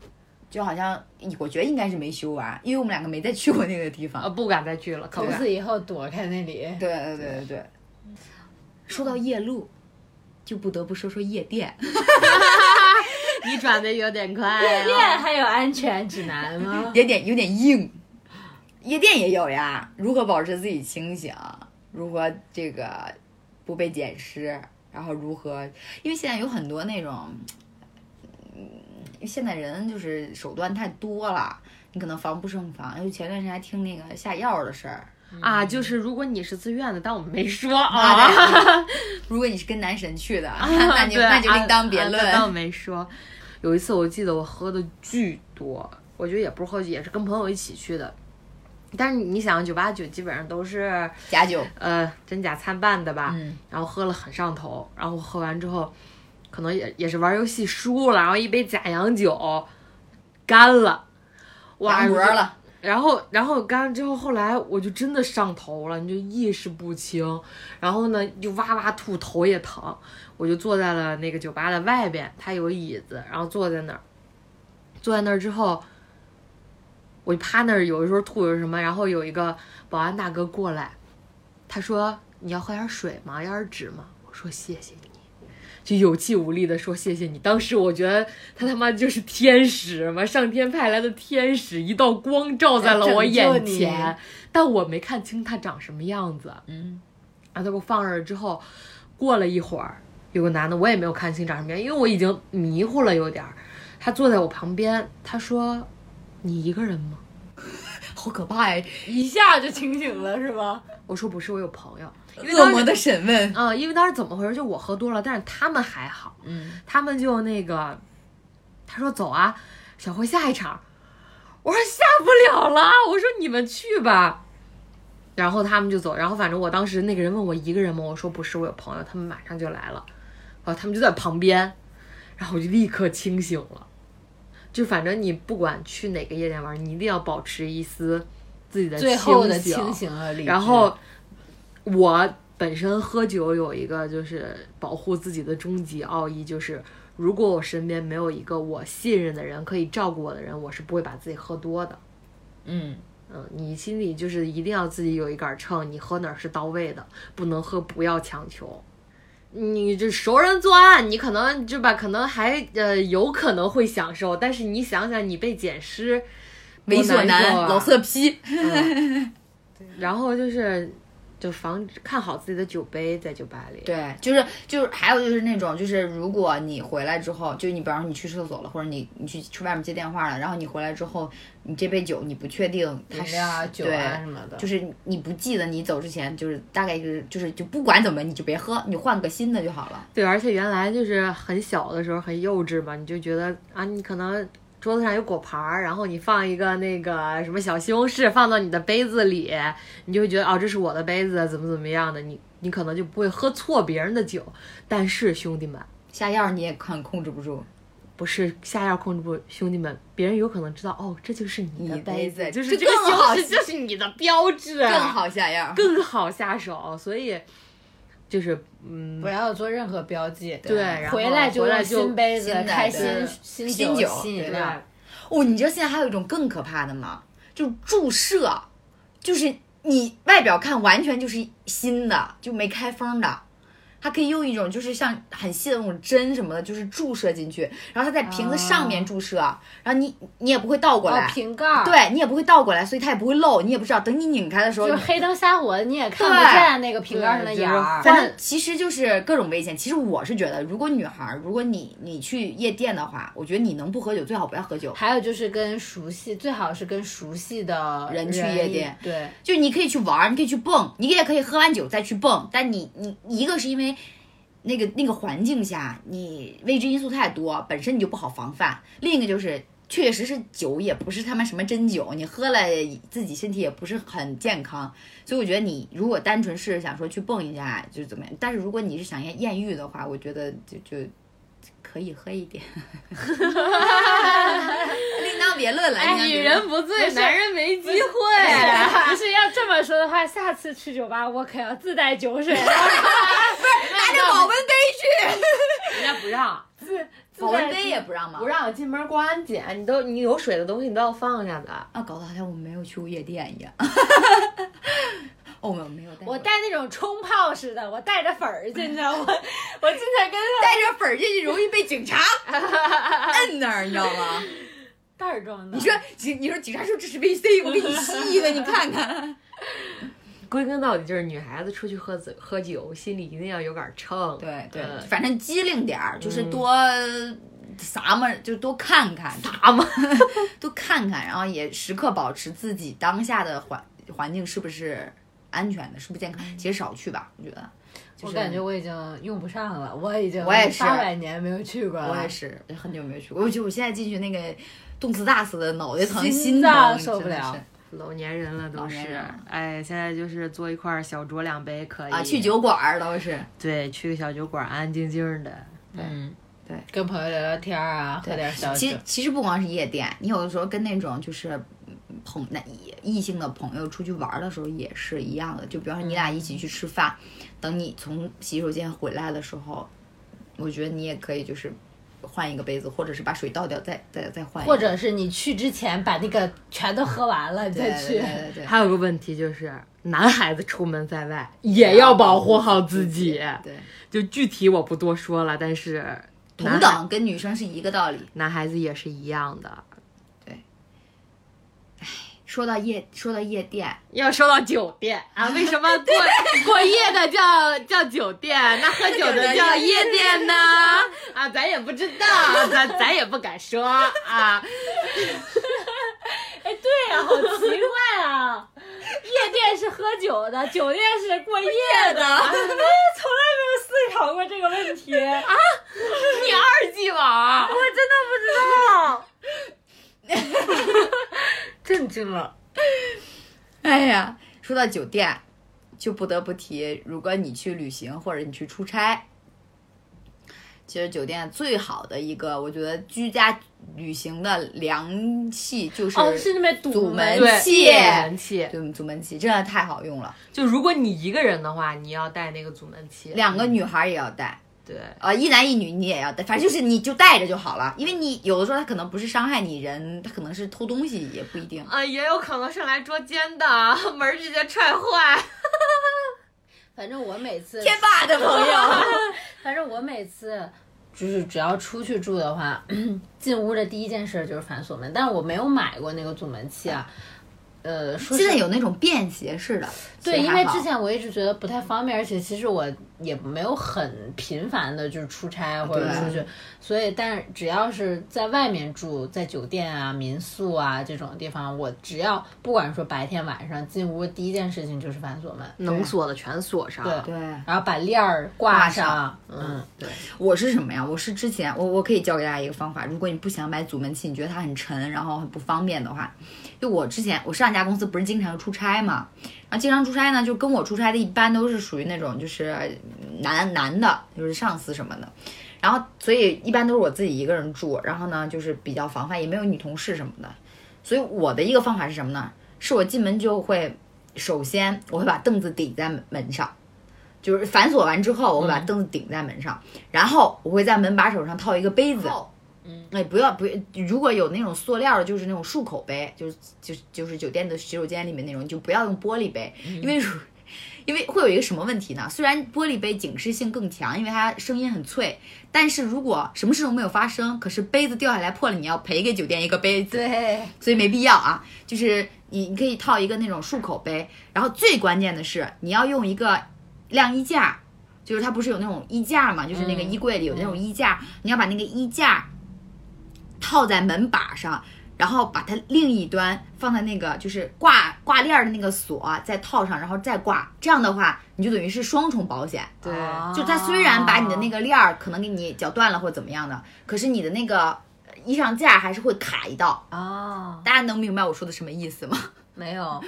就好像我觉得应该是没修完，因为我们两个没再去过那个地方
啊，。不敢再去了，可
从
不敢。
此以后躲开那里。
对对对对对。说到夜路，就不得不说说夜店。？
你转的有点快、
夜
啊。
店还有安全指南吗
有点有点硬，夜店也有呀。如何保持自己清醒？如何这个不被捡尸？然后如何？因为现在有很多那种，嗯，现在人就是手段太多了，你可能防不胜防。因为前段时间还听那个下药的事儿。
啊，就是如果你是自愿的，但我们没说
那
啊。
得 如果你是跟男神去的，那就
对
那就另当别
啊
论。
啊当没说。有一次我记得我喝的巨多，我觉得也不是喝酒，也是跟朋友一起去的。但是你想，九八九基本上都是
假酒，
呃真假参半的吧，
嗯
然后喝了很上头，然后喝完之后，可能也也是玩游戏输了，然后一杯假洋酒干了，哇，
完
我
脖
就
啊了。
然后，然后干了之后，后来我就真的上头了，你就意识不清，然后呢就哇哇吐，头也疼，我就坐在了那个酒吧的外边，它有椅子，然后坐在那儿，坐在那儿之后，我就趴那儿，有的时候吐有什么，然后有一个保安大哥过来，他说你要喝点水吗？要点纸吗？我说谢谢你。就有气无力的说谢谢你。当时我觉得他他妈就是天使嘛，上天派来的天使，一道光照在了我眼前，但我没看清他长什么样子。
嗯，
然后他给我放那儿之后，过了一会儿，有个男的我也没有看清长什么样，因为我已经迷糊了有点儿。他坐在我旁边，他说：“你一个人吗
好可怕呀！
一下就清醒了是吧？？”
我说：“不是，我有朋友。”因为
恶
当
魔
时
的审问。
啊、因为当时怎么回事？就我喝多了，但是他们还好。
嗯，
他们就那个，他说走啊，小辉下一场，我说下不了了，我说你们去吧，然后他们就走，然后反正我当时那个人问我一个人吗？我说不是，我有朋友，他们马上就来了，然后他们就在旁边，然后我就立刻清醒了，就反正你不管去哪个夜店玩，你一定要保持一丝自己的
最后的
清
清醒和理智。
然后我本身喝酒有一个就是保护自己的终极奥义，就是如果我身边没有一个我信任的人可以照顾我的人，我是不会把自己喝多的。
嗯，
嗯，你心里就是一定要自己有一杆秤，你喝哪儿是到位的，不能喝不要强求。你这熟人作案，你可能就吧，可能还呃有可能会享受，但是你想想，你被捡尸，
猥琐
难
男、
受啊
老色批，
然后就是就防止看好自己的酒杯在酒吧里。
对，就是就是，还有就是那种，就是如果你回来之后，就你比方说你去厕所了，或者你你去去外面接电话了，然后你回来之后，你这杯酒你不确定它
饮
是
料啊、酒啊
对
什么的，
就是你不记得你走之前，就是大概就是就是就不管怎么你就别喝，你换个新的就好了。
对，而且原来就是很小的时候很幼稚嘛，你就觉得啊，你可能桌子上有果盘儿，然后你放一个那个什么小西红柿放到你的杯子里，你就会觉得哦，这是我的杯子，怎么怎么样的，你你可能就不会喝错别人的酒。但是兄弟们，
下药你也很控制不住，
不是下药控制不住，兄弟们，别人有可能知道哦，这就是你的
你的
杯
杯
子，
子
就是
这
这个
更
西红
好
柿就是你的标志，
更好下药。
更好下手，所以就是嗯
不。要做任何标记。
对然后
回来就
回来
用
就
新杯子
新的
开
对
新新
新酒
新饮
对
料。
哦，你知道现在还有一种更可怕的吗？就是注射，就是你外表看完全就是新的，就没开封的。它可以用一种就是像很细的那种针什么的，就是注射进去，然后它在瓶子上面注射，然后你你也不会倒过
哦
来，，
瓶盖儿，，
对你也不会倒过来，所以它也不会漏，你也不知道。等你拧开的时候，
就是
你
黑灯瞎火的，你也看不
对
见那个瓶盖上的
对就是
眼儿。
在
反正其实就是各种危险。其实我是觉得，如果女孩儿，如果你你去夜店的话，我觉得你能不喝酒最好不要喝酒。
还有就是跟熟悉，最好是跟熟悉的
人去夜店
对，
就你可以去玩儿，你可以去蹦，你也可以喝完酒再去蹦。但你你一个是因为那个那个环境下，你未知因素太多，本身你就不好防范；另一个就是确确实实酒也不是他妈什么真酒，你喝了自己身体也不是很健康。所以我觉得你如果单纯是想说去蹦一下就是怎么样，但是如果你是想艳艳遇的话，我觉得就就。可以喝一点， 另当别论了。另当别论
不醉，男哎人没机
不是要这么说的话，下次去酒吧我可要自带酒水，
拿着保温杯去，
人家不让，
保温杯也不让吗？
不让进门过安检，你都你有水的东西你都要放下的。
啊，搞得好像我没有去过夜店一样。 哦，我没有带过，
我带那种冲泡式的，我带着粉儿进去，我 我进去跟
带着粉儿进去容易被警察摁那儿，你知道吗？
袋儿装的。
你说警，你说警察说这是 VC，我给你吸的，你看看。
归根到底就是女孩子出去喝酒喝酒，心里一定要有杆秤。
对对
嗯，
反正机灵点儿，就是多撒嘛，就多看看，
打嘛，
多看看，然后也时刻保持自己当下的环环境是不是安全的，是不是健康，其实少去吧，我觉得。就
我
是
感觉我已经用不上了，我已经
我也是
八百年没有去过了，
我也是啊很久没有去过，我觉得我现在进去那个冻死大死的，脑袋疼，
心
心
脏
疼，
受不
真的
了
是
老年人了都
老
是
年人了。
哎，现在就是坐一块儿小酌两杯可以
啊！去酒馆儿都是，
对，去个小酒馆，安安静静的。
嗯，
对，
跟朋友聊聊天儿啊，喝点小
其
酒
实。其实不光是夜店，你有的时候跟那种就是朋那异异性的朋友出去玩儿的时候也是一样的，就比方说你俩一起去吃饭，等你从洗手间回来的时候，我觉得你也可以就是换一个杯子，或者是把水倒掉，再再再换一个，
或者是你去之前把那个全都喝完了，你
对
再
对
去
对。对对，
还有个问题就是，男孩子出门在外也要保护好自己。
对，
就具体我不多说了，但是 男
同
孩
等跟女生是一个道理。
男孩子也是一样的。
说到夜说到夜店，
要说到酒店啊，为 什么过过夜的叫叫酒店，那喝酒的叫夜店呢？啊，咱也不知道，咱咱也不敢说 啊。
哎，对呀、好奇怪 啊！夜店是喝酒的，酒店是过夜的，哎，从来没有思考过这个问题。
你二季 网，我 真的不知道，震惊了。
哎呀，说到酒店，就不得不提，如果你去旅行或者你去出差，其实酒店最好的一个，我觉得居家旅行的良器就是
哦，是那边堵
堵门
对，
气
门气。
对阻门器，真的太好用了。
嗯
就如果你一个人的话，你要带那个阻门器。
两个女孩也要带，
对，
呃，一男一女你也要带，反正就是你就带着就好了，因为你有的时候他可能不是伤害你人，他可能是偷东西也不一定。
啊，也有可能是来捉奸的， 门儿直接踹坏。
反正我每次
天霸的朋友，
反正我每次就是只要出去住的话， 进屋的第一件事就是反锁门，但是我没有买过那个阻门器啊。呃，说
现在
实
有那种便携式的，所
对，
以
因
还
为
好
之前我一直觉得不太方便，而且其实我也没有很频繁的就是出差或者
啊对
出去，所以但是只要是在外面住，在酒店啊、民宿啊这种地方，我只要不管说白天晚上进屋，第一件事情就是反锁门，
能锁的全锁上。
对
嗯对。
然后把链儿挂
挂上
嗯，
对，
我是什么呀？我是之前我我可以教给大家一个方法，如果你不想买阻门器，你觉得它很沉，然后很不方便的话，就我之前我上一家公司不是经常出差嘛，然后经常出差呢，就跟我出差的一般都是属于那种就是男男的，就是上司什么的，然后所以一般都是我自己一个人住，然后呢就是比较防范，也没有女同事什么的，所以我的一个方法是什么呢？是我进门就会首先我会把凳子抵在门上。就是反锁完之后，我会把凳子顶在门上，然后我会在门把手上套一个杯子。哎，不要不要，如果有那种塑料的，就是那种漱口杯，就是就是就是酒店的洗手间里面那种，你就不要用玻璃杯，因为如因为会有一个什么问题呢？虽然玻璃杯警示性更强，因为它声音很脆，但是如果什么事都没有发生，可是杯子掉下来破了，你要赔给酒店一个杯子。
对。
所以没必要啊。就是你你可以套一个那种漱口杯，然后最关键的是你要用一个晾衣架，就是它不是有那种衣架嘛，就是那个衣柜里有那种衣架，你要把那个衣架套在门把上。然后把它另一端放在那个就是挂挂链儿的那个锁，再套上，然后再挂。这样的话，你就等于是双重保险。
哦
对
就它虽然把你的那个链儿可能给你绞断了或怎么样的，可是你的那个呃衣裳架还是会卡一道。
哦，
大家能明白我说的什么意思吗？
没有。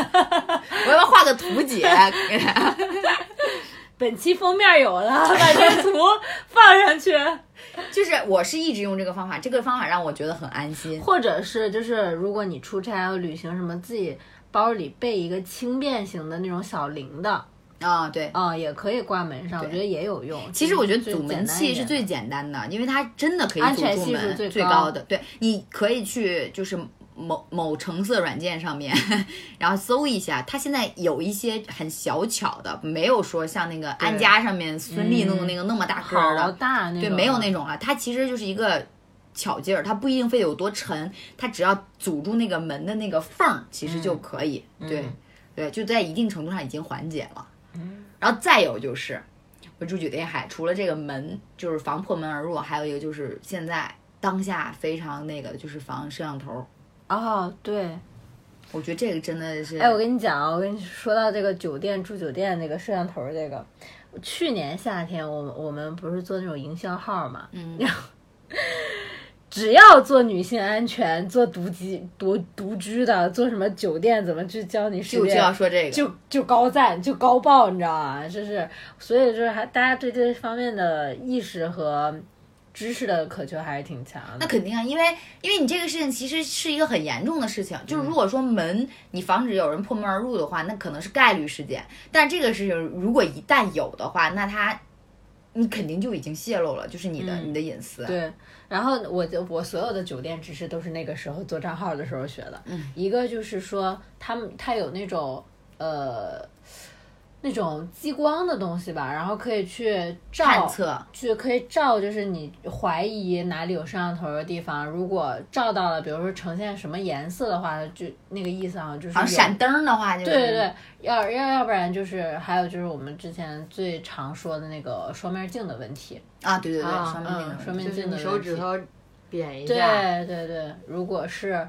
我要不要画个图解 给大家？
本期封面有 了，把这图放上去，
就是我是一直用这个方法，这个方法让我觉得很安心。
或者是就是如果你出差旅行什么，自己包里备一个轻便型的那种小铃铛，
啊、对。
啊、也可以挂门上，我
对
觉得也有用。
其实我觉得
最
阻门器是。
简单一
最
点
简单的，因为它真的可以
安
阻
全
住
系数
门
最
最
高
高的。对，你可以去就是某某橙色软件上面，然后搜一下，它现在有一些很小巧的，没有说像那个安家上面孙俪弄的那个那么大个儿的，
嗯好大那种，啊
对，没有那种啊了，它其实就是一个巧劲儿，它不一定非得有多沉，它只要阻住那个门的那个缝儿，其实就
嗯
可以。对，对，就在一定程度上已经缓解了。
嗯
然后再有就是，我住酒店还除了这个门就是防破门而入，还有一个就是现在当下非常那个的就是防摄像头，
哦，对，
我觉得这个真的是，
哎，我跟你讲啊，我跟你说到这个酒店住酒店那个摄像头儿这个，去年夏天我们我们不是做那种营销号嘛，嗯，然后 只要做女性安全、做独居、独独居的，做什么酒店怎么去教你识
就
别
就要说这个，
就就高赞就高爆，你知道吗？就是所以就是还大家对这方面的意识和知识的渴求还是挺强的。
那肯定啊，因为因为你这个事情其实是一个很严重的事情，
嗯
就是如果说门你防止有人破门而入的话，那可能是概率事件，但这个事情如果一旦有的话，那他你肯定就已经泄露了，就是你的、
嗯
你的隐私。
对，然后我就我所有的酒店知识都是那个时候做账号的时候学的。嗯，一个就是说他们他有那种呃那种激光的东西吧，然后可以去照
探测
就可以照，就是你怀疑哪里有摄像头的地方，如果照到了，比如说呈现什么颜色的话，就那个意思好像就是
好像
有
闪灯的话，就是
对对对，要要要不然就是还有就是我们之前最常说的那个双面镜的问题，
啊，对对对，
啊
双面
嗯
那，
双
种
面
就是
镜的
你
问
手指
题
头扁一下，
对对对，如果是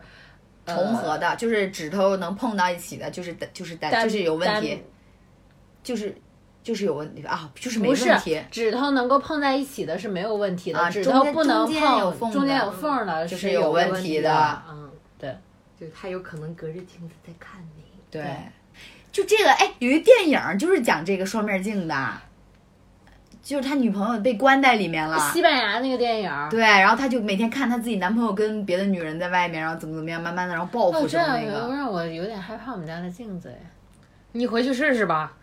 重合的，就是指头能碰到一起的，就是就是
单
就是有问
单
题，就是就是有问题啊，就是没
不是
问题，
指头能够碰在一起的是没有问题的，
啊
指
中
头
间
不能
中间有缝
碰，
的
中间有缝儿的
就是
是
有
问
问
题
题
的
的。
嗯，
对，
就他有可能隔着镜子在看你。
对。就这个，哎，有一电影儿就是讲这个双面镜的，就是他女朋友被关在里面了，
西班牙那个电影儿，
啊对，然后他就每天看他自己男朋友跟别的女人在外面，然后怎么怎么样，慢慢的，然后报
哦，
复
这
什么
样
那个，
让我有点害怕我们家的镜子哎。
你回去试试吧，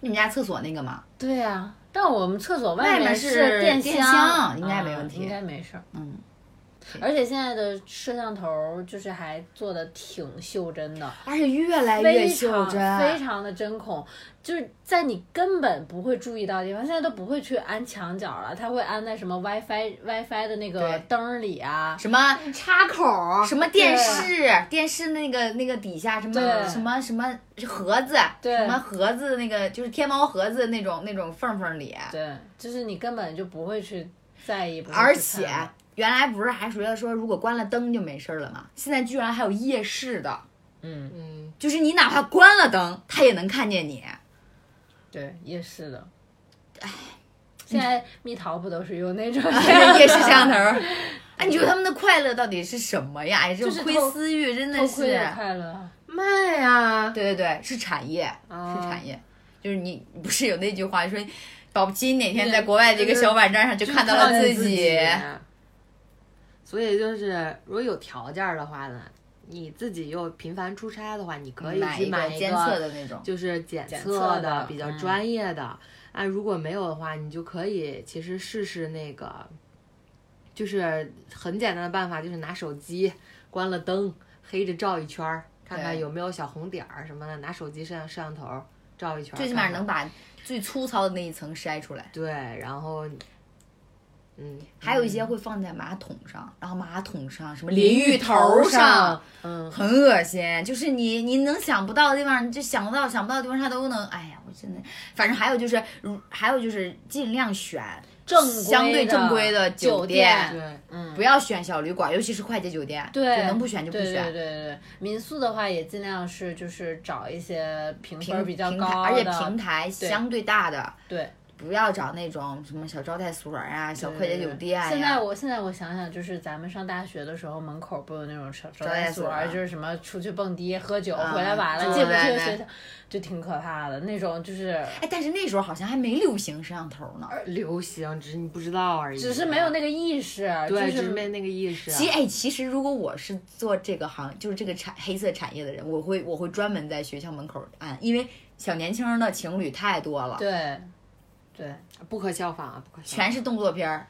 你们家厕所那个吗？
对呀、但我们厕所
啊外面
面
是
电
电箱
箱，
应该没
啊
问题
应该没事儿。
嗯，
而且现在的摄像头儿就是还做的挺袖珍的，
而且越来
非
越袖
常
珍，啊
非常的针孔，就是在你根本不会注意到的地方，现在都不会去安墙角了，它会安在什么 WiFi WiFi 的那个
对
灯儿里啊，
什么
插口儿
什么电视，电视那个那个底下什么
对
什么什么盒子，
对
什么盒子那个就是天猫盒子那种那种缝缝里，
对，就是你根本就不会去在意，不会
而
去
且
看的
原来不是还觉得说如果关了灯就没事儿了吗？现在居然还有夜视的，
嗯，
嗯，
就是你哪怕关了灯，它也能看见你。
对，也是的，现在蜜桃不都是 用那种
夜视摄像头儿，哎，你觉得他们的快乐到底是什么呀？哎，这
就是
种窥
偷
私欲真的
偷
是，
窥的快乐？
卖呀、
对对对，是产业，
啊
是产业，就是你不是有那句话说，保不齐你哪天在国外这个小网站上就看到了
自
自己。
所以就是，如果有条件儿的话呢，你自己又频繁出差的话，你可以
买
去
一
买
个
一
监测的那种，
就是检
检
测
测
的
的
比较
嗯
专业的。啊，如果没有的话，你就可以其实试试那个，就是很简单的办法，就是拿手机关了灯，黑着照一圈儿，看看
对
有没有小红点儿什么的，拿手机摄像摄像头儿照一圈儿看看，
最起码能把最粗糙的那一层筛出来。
对，然后，嗯，
还有一些会放在马桶上，然后马桶上什么
淋
浴
浴头
头
儿上，嗯，
很恶心，就是你你能想不到的地方，你就想不到想不到的地方，它都能。哎呀，我真的，反正还有就是，如还有就是尽量选，
正规
相对正规的
的
酒
店
店
对，
嗯
不。要选小旅馆，尤其是快捷酒店，
对，
就能不选就不
对
选
对。对对对，民宿的话也尽量是就是找一些评
平
分比较
平台，
高
而且
的
平台
对
相对大的，
对
不要找那种什么小招待所啊、小快捷酒店呀、
嗯现在我现在我想想，就是咱们上大学的时候，门口不有那种招招
待
待
所
所嗯
啊
儿，就是什么出去蹦迪、喝酒，
啊
回来晚
住
了进不
在
去
那
学校，就挺可怕的那种，就是
哎，但是那时候好像还没流行摄像头呢。
流行，只是你不知道而已，啊
只是没有那个意识，
对，
就
只
是
是没那个意识，啊
其哎，其实如果我是做这个行，就是这个产黑色产业的人，我会我会专门在学校门口按，因为小年轻的情侣太多了，
对对，
不可效仿啊，不可效仿。
全是动作片儿。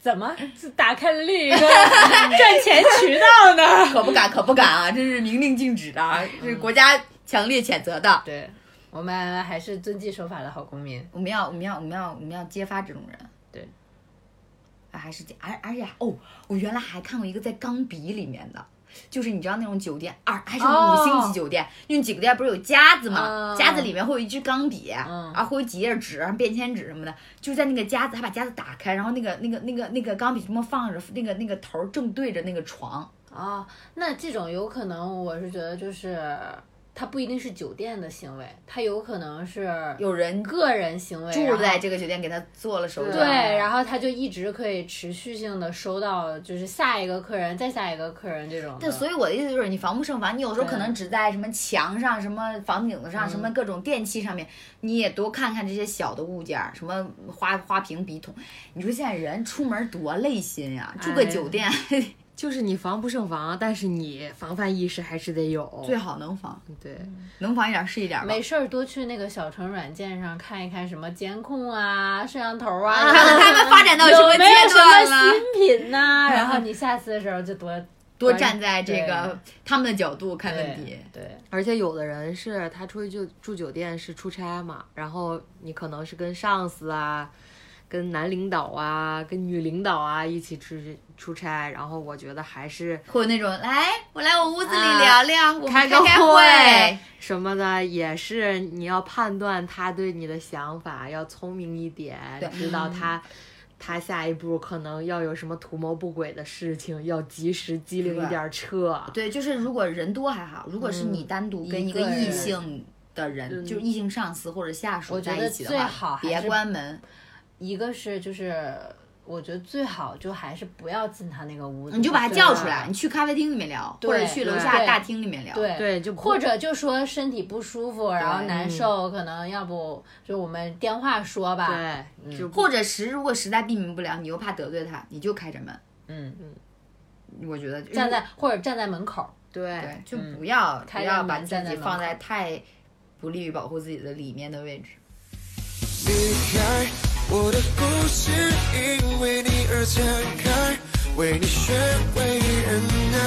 怎么打开了另一个 赚钱渠道呢？
可不敢，可不敢啊！这是明令禁止的啊，这是国家强烈谴责的。
对我们还是遵纪守法的好公民。
我们要，我们要，我们要，我们要揭发这种人。
对
啊，还是而而且哦，我原来还看过一个在钢笔里面的，就是你知道那种酒店二还是五星级酒店，那种酒店不是有夹子吗？
哦嗯
夹子里面会有一支钢笔，
嗯
然后会有几页纸、便签纸什么的，就是在那个夹子，还把夹子打开，然后那个那个那个那个钢笔这么放着，那个那个头儿正对着那个床，
啊，那这种有可能，我是觉得就是它不一定是酒店的行为，它有可能是
有人
个人行为，
住
然后
在这个酒店给他做了手脚。
对，然后他就一直可以持续性的收到，就是下一个客人，再下一个客人这种的。
对，所
以
以我的意思就是，你防不胜防。你有时候可能
对
只在什么墙上、什么房顶子
嗯
上、什么各种电器上面，你也多看看这些小的物件儿，什么花花瓶、笔筒。你说现在人出门多累心呀、住个
哎
酒店、
就是你防不胜防，啊但是你防范意识还是得有。
最好能防，
对，
能防一点儿是一点儿吧。
没事儿多去那个小程软件上看一看什么监控啊、摄像头啊，
看 看他们发展到什么
有没有
阶段了
什么，新品 呐、然后你下次的时候就多
多
关
站在这
对
个他们的角度 看问题
对。对
而且有的人是他出去就住酒店是出差嘛，然后你可能是跟上司啊、跟男领导啊、跟女领导啊一起出去出差，然后我觉得还是
会有那种来，我来我屋子里
哎
啊
聊聊，我们开
个
开
什么的，也是你要判断他对你的想法，要聪明一点
对，
知道他。他下一步可能要有什么图谋不轨的事情，要及时机灵一点儿撤。
对，就是如果人多还好，如果是你单独跟
嗯一
一个
个
异
人嗯
性的人，就是异性上司或者下属
我觉
在一
得
起的
最
话，
好还
别
是
关门。
一个是就是，我觉得最好就还是不要进他那个屋子，
你就把他
对
叫
吧
出来，你去咖啡厅里面聊，或者
对
去楼
对
下
对
大厅里面聊。
对
对就不
或者就说身体不舒服，然后
对嗯
难受，可能要不就我们电话说吧。
对，就
或者实如果实在避免不了，你又怕得罪他，你就开着门。
嗯，
我觉得
站在或者站在门口，
对
对，就不要不
开着
要
门
把自
站在
己
门
放
口
在太不利于保护自己的里面的位置。
离开我的故事，因为你而展开，为你学会忍耐，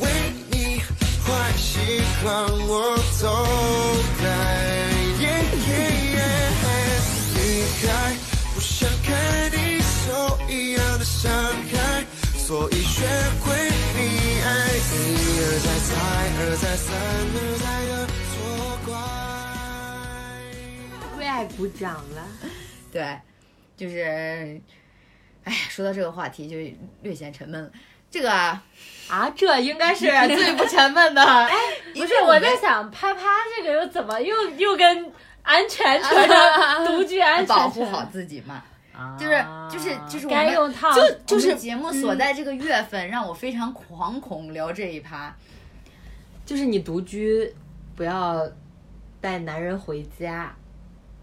为你坏习惯我都改。Yeah, yeah, yeah 离开，不想看你受一样的伤害，所以学会溺爱，一而再，再而再，三而再的错怪。
为爱鼓掌了。
对，就是，哎呀，说到这个话题就略显沉闷了。这个啊
啊，这应该 是最不沉闷的。
不是哎我在想，啪啪这个又怎么又又跟安全扯 上独居安全扯
保护好自己嘛，就是就是就是我
该
们
用嗯套
就就
我
是
们
节目所在这个月份，让我非常惶恐聊这一趴。
就是你独居，不要带男人回家。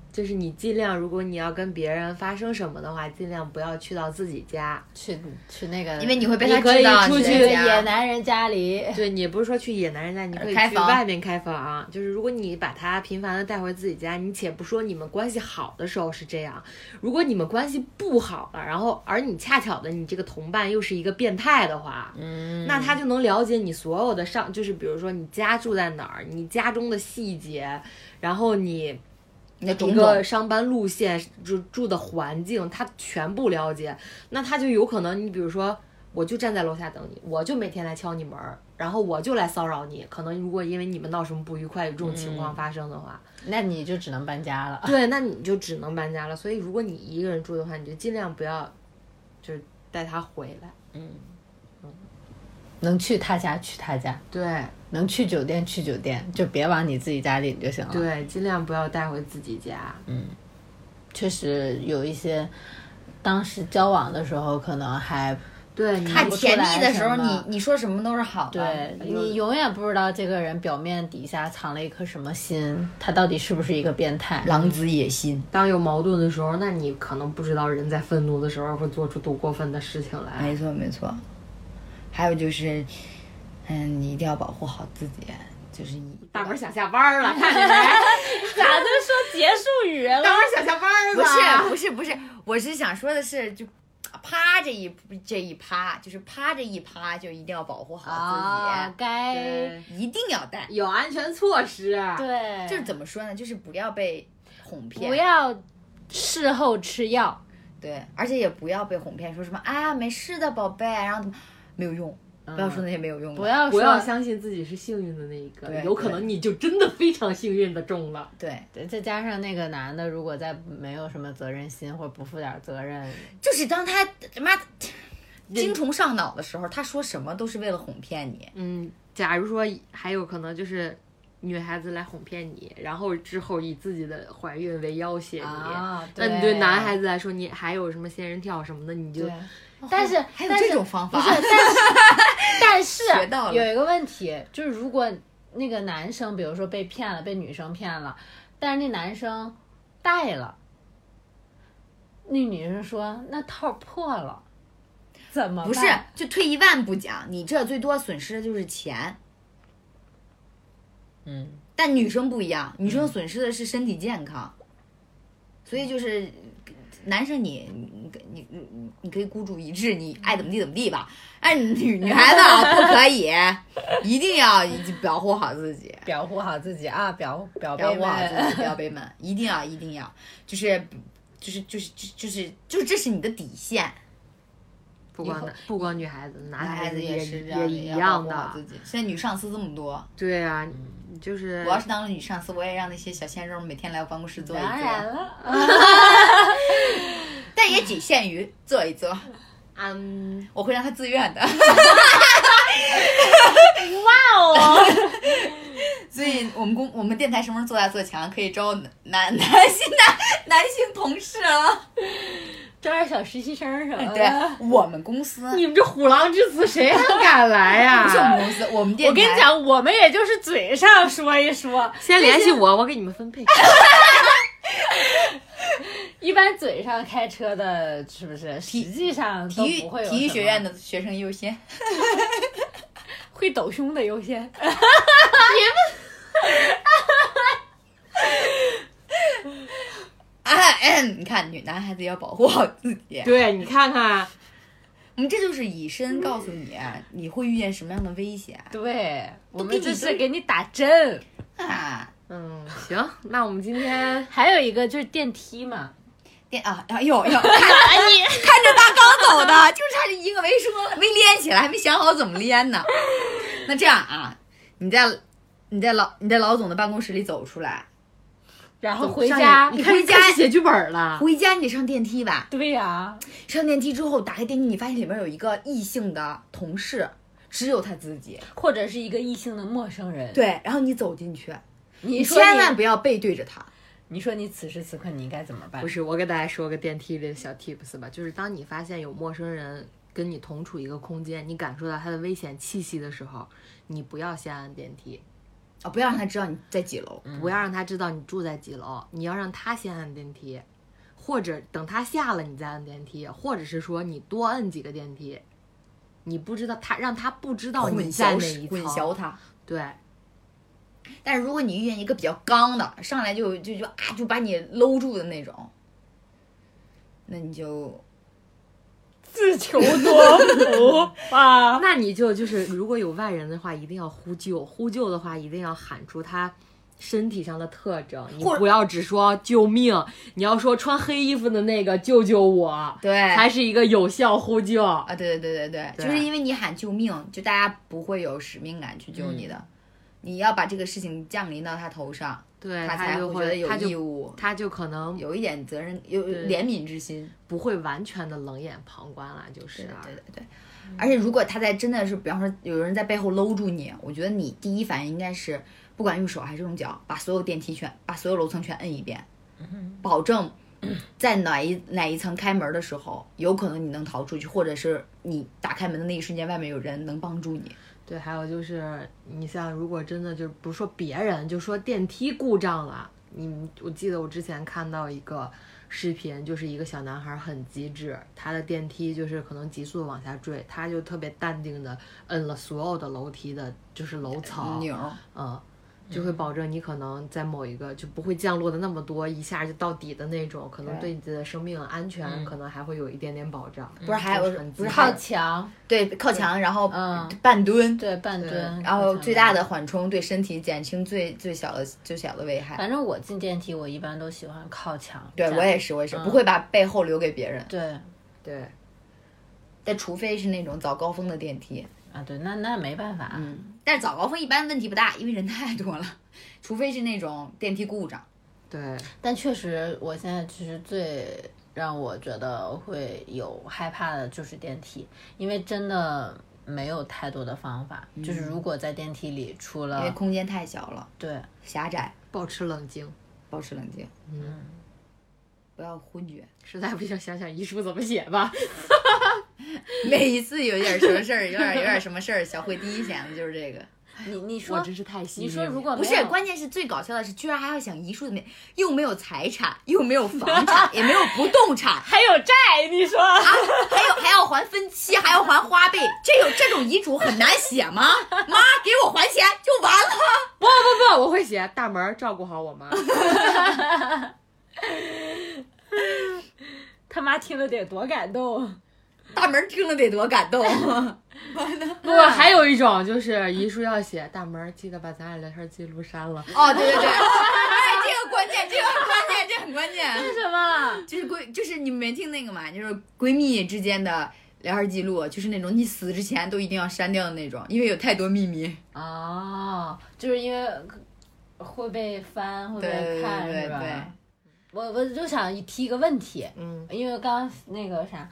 就是你尽量，如果你要跟别人发生什么的话，尽量不要去到自己家。
去去那个，
因为你会被
你
他
可
知
以
道
出
你
去
在
去
家
野男人家里，
对你不是说去野男人家，你可以
开
去
房
外面开房、啊。就是如果你把他频繁的带回自己家，你且不说你们关系好的时候是这样，如果你们关系不好了，然后而你恰巧的你这个同伴又是一个变态的话，嗯，那他就能了解你所有的上，就是比如说你家住在哪儿，你家中的细节，然后你
你的
一
种
个
种，
上班路线、住住的环境，他全部了解，那他就有可能，你比如说，我就站在楼下等你，我就每天来敲你门儿，然后我就来骚扰你。可能如果因为你们闹什么不愉快，有这种情况发生的 话，
那你就只能搬家了。
对，那你就只能搬家了。所以如果你一个人住的话，你就尽量不要，就是带他回来。
能去他家去他家，
对
能去酒店去酒店，就别往你自己家里就行了。，
对，尽量不要带回自己家。
确实有一些，当时交往的时候可能还
对，你
看
不出
甜
来
蜜的
什
时候，你
么
你说什么都是好的。
对啊你永远不知道这个人表面底下藏了一颗什么心，他到底是不是一个变态。
狼子野心，
当有矛盾的时候，那你可能不知道人在愤怒的时候会做出多过分的事情来。
没错没错。还有就是，嗯，你一定要保护好自己，就是你
大门想下班 了，看见没？
咋都说结束语了
大门想下班
不
了。
是不是不是，我是想说的是，就趴这一这一趴，就是趴这一趴，就一定要保护好
啊？该
对
自己，一定要带。
哎有安全措施。啊
对，
就是怎么说呢？就是不要被哄骗，
不要事后吃药。
对，而且也不要被哄骗，说什么啊没事的宝贝，然后怎么没有用，不要说那些没有用的，
嗯不要
不
说
要相信自己是幸运的那一个
对，
有可能你就真的非常幸运的中了。
对，
再加上那个男的，如果再没有什么责任心或者不负点责任，
就是当他他妈精虫上脑的时候，他说什么都是为了哄骗你，
嗯，假如说还有可能就是女孩子来哄骗你，然后之后以自己的怀孕为要挟你。
啊，
那你对男孩子来说，你还有什么仙人跳什么的，你就
对，但是
哦还有
但是
这种方法
不是， 但是但是
学到了
有一个问题，就是如果那个男生，比如说被骗了，被女生骗了，但是那男生带了，那女生说那套破了，怎么办
不是就退一万步讲，你这最多损失的就是钱，
嗯，
但女生不一样，女生损失的是身体健康，所以就是男生你你你你你可以孤注一掷，你爱怎么地怎么地吧。哎，女女孩子啊，不可以，一定要保护好自己，
表护好自己啊，表表
保
表
护好自己，表辈们，一定要一定要，就是就是就是就是就是就是这是你的底线。
不光男不光女孩子，男
男孩
孩
子
子也
是这样的，
也一
要保
样
护好自
的。
己。现在女上司这么多，
对啊，就是
嗯我要是当了女上司，我也让那些小鲜肉每天来我办公室坐一坐。
当然了。
但也仅限于做一 做，
嗯，
我会让他自愿的。
哦，
所以我们公我们电台什么时候做大做强，可以招男男男性男男性同事啊。
招点小实习生什么
对
的。，
我们公司
你们这虎狼之词谁还敢来呀、
不是我们公司，我们电台。
我跟你，讲，我们也就是嘴上说一说，
先联系我，我给你们 分配。
一般嘴上开车的，是不是？实际上都
体育
不会有
体育
什
学
么
院的学生优先。
会抖胸的优先。
哎你看，女男孩子也要保护好自己。
对你看看，
我们这就是以身告诉你，你会遇见什么样的危险
对我
给
们
你
这
都
是给你打针。
啊！
嗯，行，那我们今天
还有一个就是电梯嘛，
电啊，哎呦哎呦，看着看着他刚走的， 就差这一个没说，没连起来，还没想好怎么连呢。那这样啊，你在你在老你在老总的办公室里走出来，
然后回
上
家
一，你看
回家
开始写剧本了，
回家你得上电梯吧？
对呀、
上电梯之后，打开电梯，你发现里面有一个异性的同事，只有他自己。
或者是一个异性的陌生人，，
对，然后你走进去，
你
你
说你
千万不要背对着他。
你说你此时此刻你应该怎
哎
么办
不？是，我给大家说个电梯里的小 tips 吧，就是当你发现有陌生人跟你同处一个空间，你感受到他的危险气息的时候，你不要先按电梯，
啊、不要让他知道你在几楼。
不要让他知道你住在几楼，你要让他先按电梯，或者等他下了你再按电梯，或者是说你多摁几个电梯，你不知道他让他不知道哦你
混
在
淆
哪
是
一
混淆
层，
他。
对，
但是如果你遇见一个比较刚的，上来就就就啊就把你搂住的那种，那你就
自求多福啊！
那你就就是如果有外人的话，一定要呼救，呼救的话一定要喊出他。身体上的特征，你
或者
不要只说救命，你要说穿黑衣服的那个救救我，
对
才是一个有效呼救。
啊，对对对对对，
对
就是因为你喊救命，就大家不会有使命感去救你的。
嗯
你要把这个事情降临到他头上，
对
他才
就
会觉得有
他
义
就
务，
他就可能
有一点责任，有有
对
怜悯之心。
不会完全的冷眼旁观啦，就是
对对
啊
对对对。而且如果他在真的是，比方说有人在背后搂住你，我觉得你第一反应应该是，不管用手还是用脚，把所有电梯全，把所有楼层全摁一遍，
嗯
保证在哪一哪一层开门的时候，有可能你能逃出去，或者是你打开门的那一瞬间，外面有人能帮助你。
对，还有就是，你像如果真的就不说别人，就说电梯故障了，你我记得我之前看到一个视频，就是一个小男孩很机智，他的电梯就是可能急速地往下坠，他就特别淡定的摁了所有的楼梯的，就是楼
哦
层，
钮儿，
嗯，就会保证你可能在某一个就不会降落的那么多，一下就到底的那种，可能
对嗯
对你的生命安全可能还会有一点点保障。
不是还有
就是很
不是
机
还
靠
有
墙，
对靠墙，然后
嗯
半蹲，
对半
对
蹲，
然后
靠墙
最大的缓冲对身体减轻最最小的最小的危害。
反正我进电梯，我一般都喜欢靠墙。
对
这样
我也是，我也是
嗯
不会把背后留给别人。
对
对。
但除非是那种早高峰的电梯，
啊，对，那那没办法，
嗯，但是早高峰一般问题不大，因为人太多了。 除非是那种电梯故障，
对，
但确实，我现在其实最让我觉得会有害怕的就是电梯，因为真的没有太多的方法。就是如果在电梯里出
因为
了
嗯空间太小了，
对，
狭窄，
保持冷静，
保持冷静，
嗯，
不要昏厥。
实在不行想想遗书怎么写吧。
每一次有点什么事儿，有点有点什么事儿，小慧第一想的就是这个。
你你说
我真是太幸
你
运了。
说如果
不
没
是，
有
关键是最搞笑的是，居然还要想遗书的那，又没有财产，又没有房产，也没有不动产，
还有债，你说
啊，还有还要还分期，还要还花呗，这有这种遗嘱很难写吗？妈，给我还钱就完了。
不，我会写大门儿照顾好我 妈。
他妈听了得多感动。
大门听了得多感 动，
不过还有一种就是遗书要写大门儿，记得把咱俩聊天记录删了。
哦，对对对， 哎，这个关键，这个很关键，这个很关键，
什么？
就是闺，就是你没听那个嘛，就是闺蜜之间的聊天记录，就是那种你死之前都一定要删掉的那种，因为有太多秘密。
哦，就是因为会被翻，会
对对
被看，
对
是
对
吧？
对，
我我就想提一个问题，
嗯，
因为刚刚那个啥，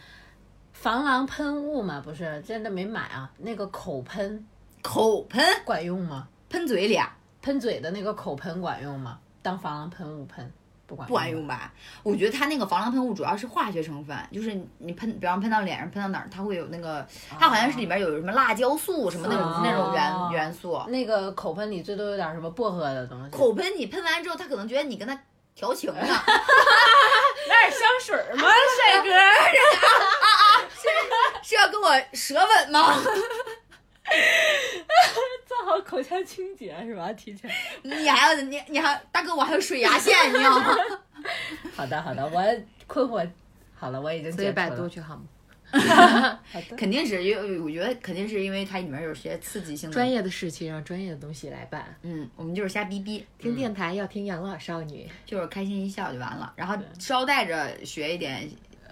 防狼喷雾嘛，不是真的没买啊，那个口喷
口喷
管用吗？
喷嘴里啊，
喷嘴的那个口喷管用吗？当防狼喷雾喷不管
不管用吧？我觉得它那个防狼喷雾主要是化学成分，就是你你喷，比方喷到脸上，喷到哪儿，它会有那个，它好像是里面有什么辣椒素什么那种、
哦
那种元元素。
那个口喷里最多有点什么薄荷的东西，
口喷你喷完之后，他可能觉得你跟他调情呢，
那是香水吗？帅哥，
啊是啊要跟我舌吻吗？
做好哦口腔清洁是吧？提前
你还要你你还大哥，我还有水牙线，你知道吗？
好的，好的，我困惑，好了，我已经
所以
解
百
脱
度
了。
去航母，
肯定是因为我觉得肯定是因为它里面有些刺激性的
专。业的事情让专业的东西来办。
嗯，我们就是瞎逼逼，
听电台要听养老少女，
就是开心一笑就完了，然后捎带着学一点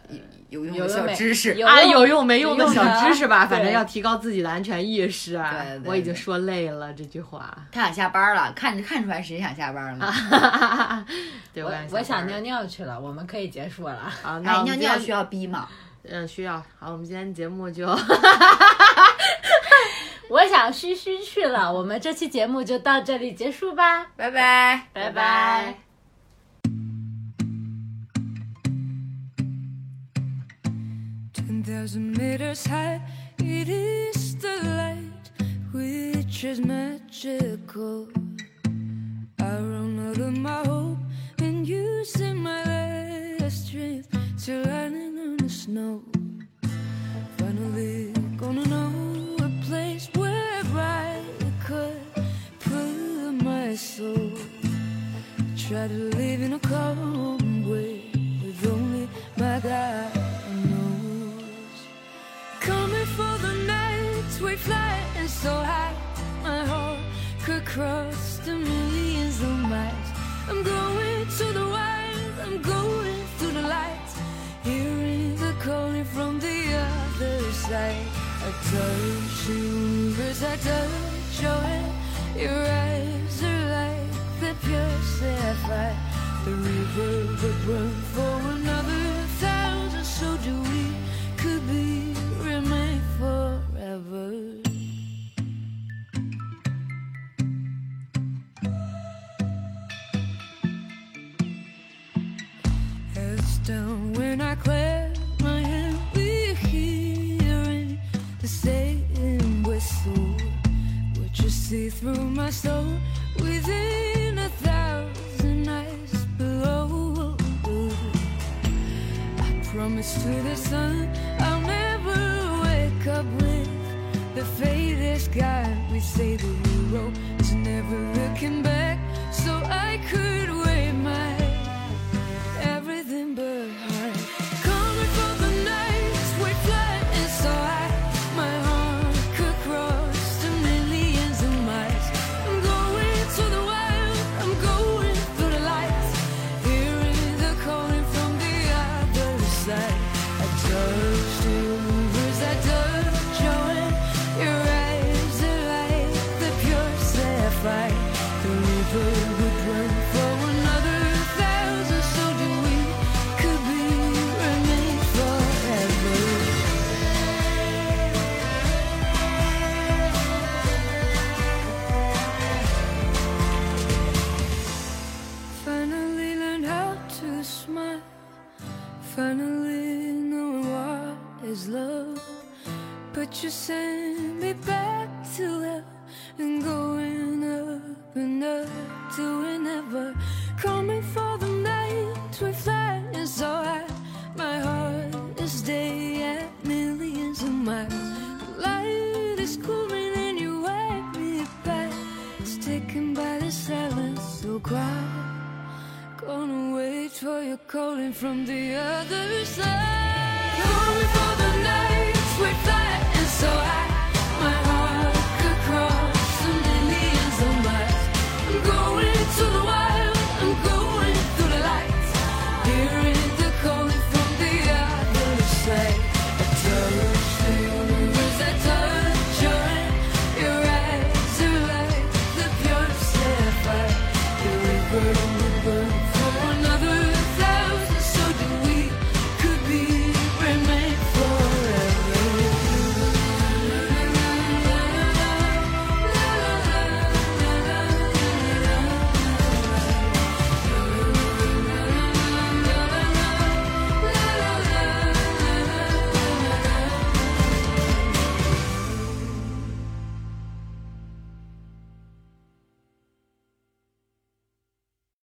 有有用
有
的
用
小
没
知识。
有
啊，
用
有用没用的
有用
小
的
知识 吧，
对
反正要提高自己的安全意识啊。
对对
我已经
对
说累了这句话，
他想下班了，看看出来谁想下班了吗？
对
我
感觉
我想尿
尿
尿去了，我们可以结束了。
啊，那
哎，
我
尿
们
尿
今
需
天
要逼吗？
嗯需要。好，我们今天节目就
我想嘘嘘去了，我们这期节目就到这里结束吧，
拜拜，
拜拜。
10,000 meters high, it is the light which is magical. I run out of my hope and using my last strength to landing on the snow. Finally, gonna know a place where I could put my soul. Try to live in a calm way with only my God knows. Coming for the nights we fly and so high, my heart could cross the millions of miles. I'm going to the wild, I'm going through the lights, hearing the calling from the other side. I touch the universe, I touch your hand. Your eyes are like the pure sapphire. The river would run for another thousand, so do we. Could be remain forever. Heads down when I clap my hand. We're hearing the same whistle, which you see through my soul. Within a thousand eyes below, I promise to the sun I'll never wake up with the faded sky. We say the hero is never looking back, so I could wave my everything but heart. Coming for the nights we fly and so I, my heart could cross the millions of miles. I'm going to the wild, I'm going through the lights, hearing the calling from the other side. I touch the rivers, I touch your hand. Your eyes are like the pure sapphire. The river would run for another thousand, so do we. Could be remain forever. Finally learned how to smile. Finally knowing what is love. But you send me back to hell and going up and up to whenever. Coming for the night we fly and so high. My heart is day at millions of miles. Light is coming and you wipe me back. It's taken by the silence so quiet. Gonna wait for your calling from the other side. Calling for the nights we fly and so high.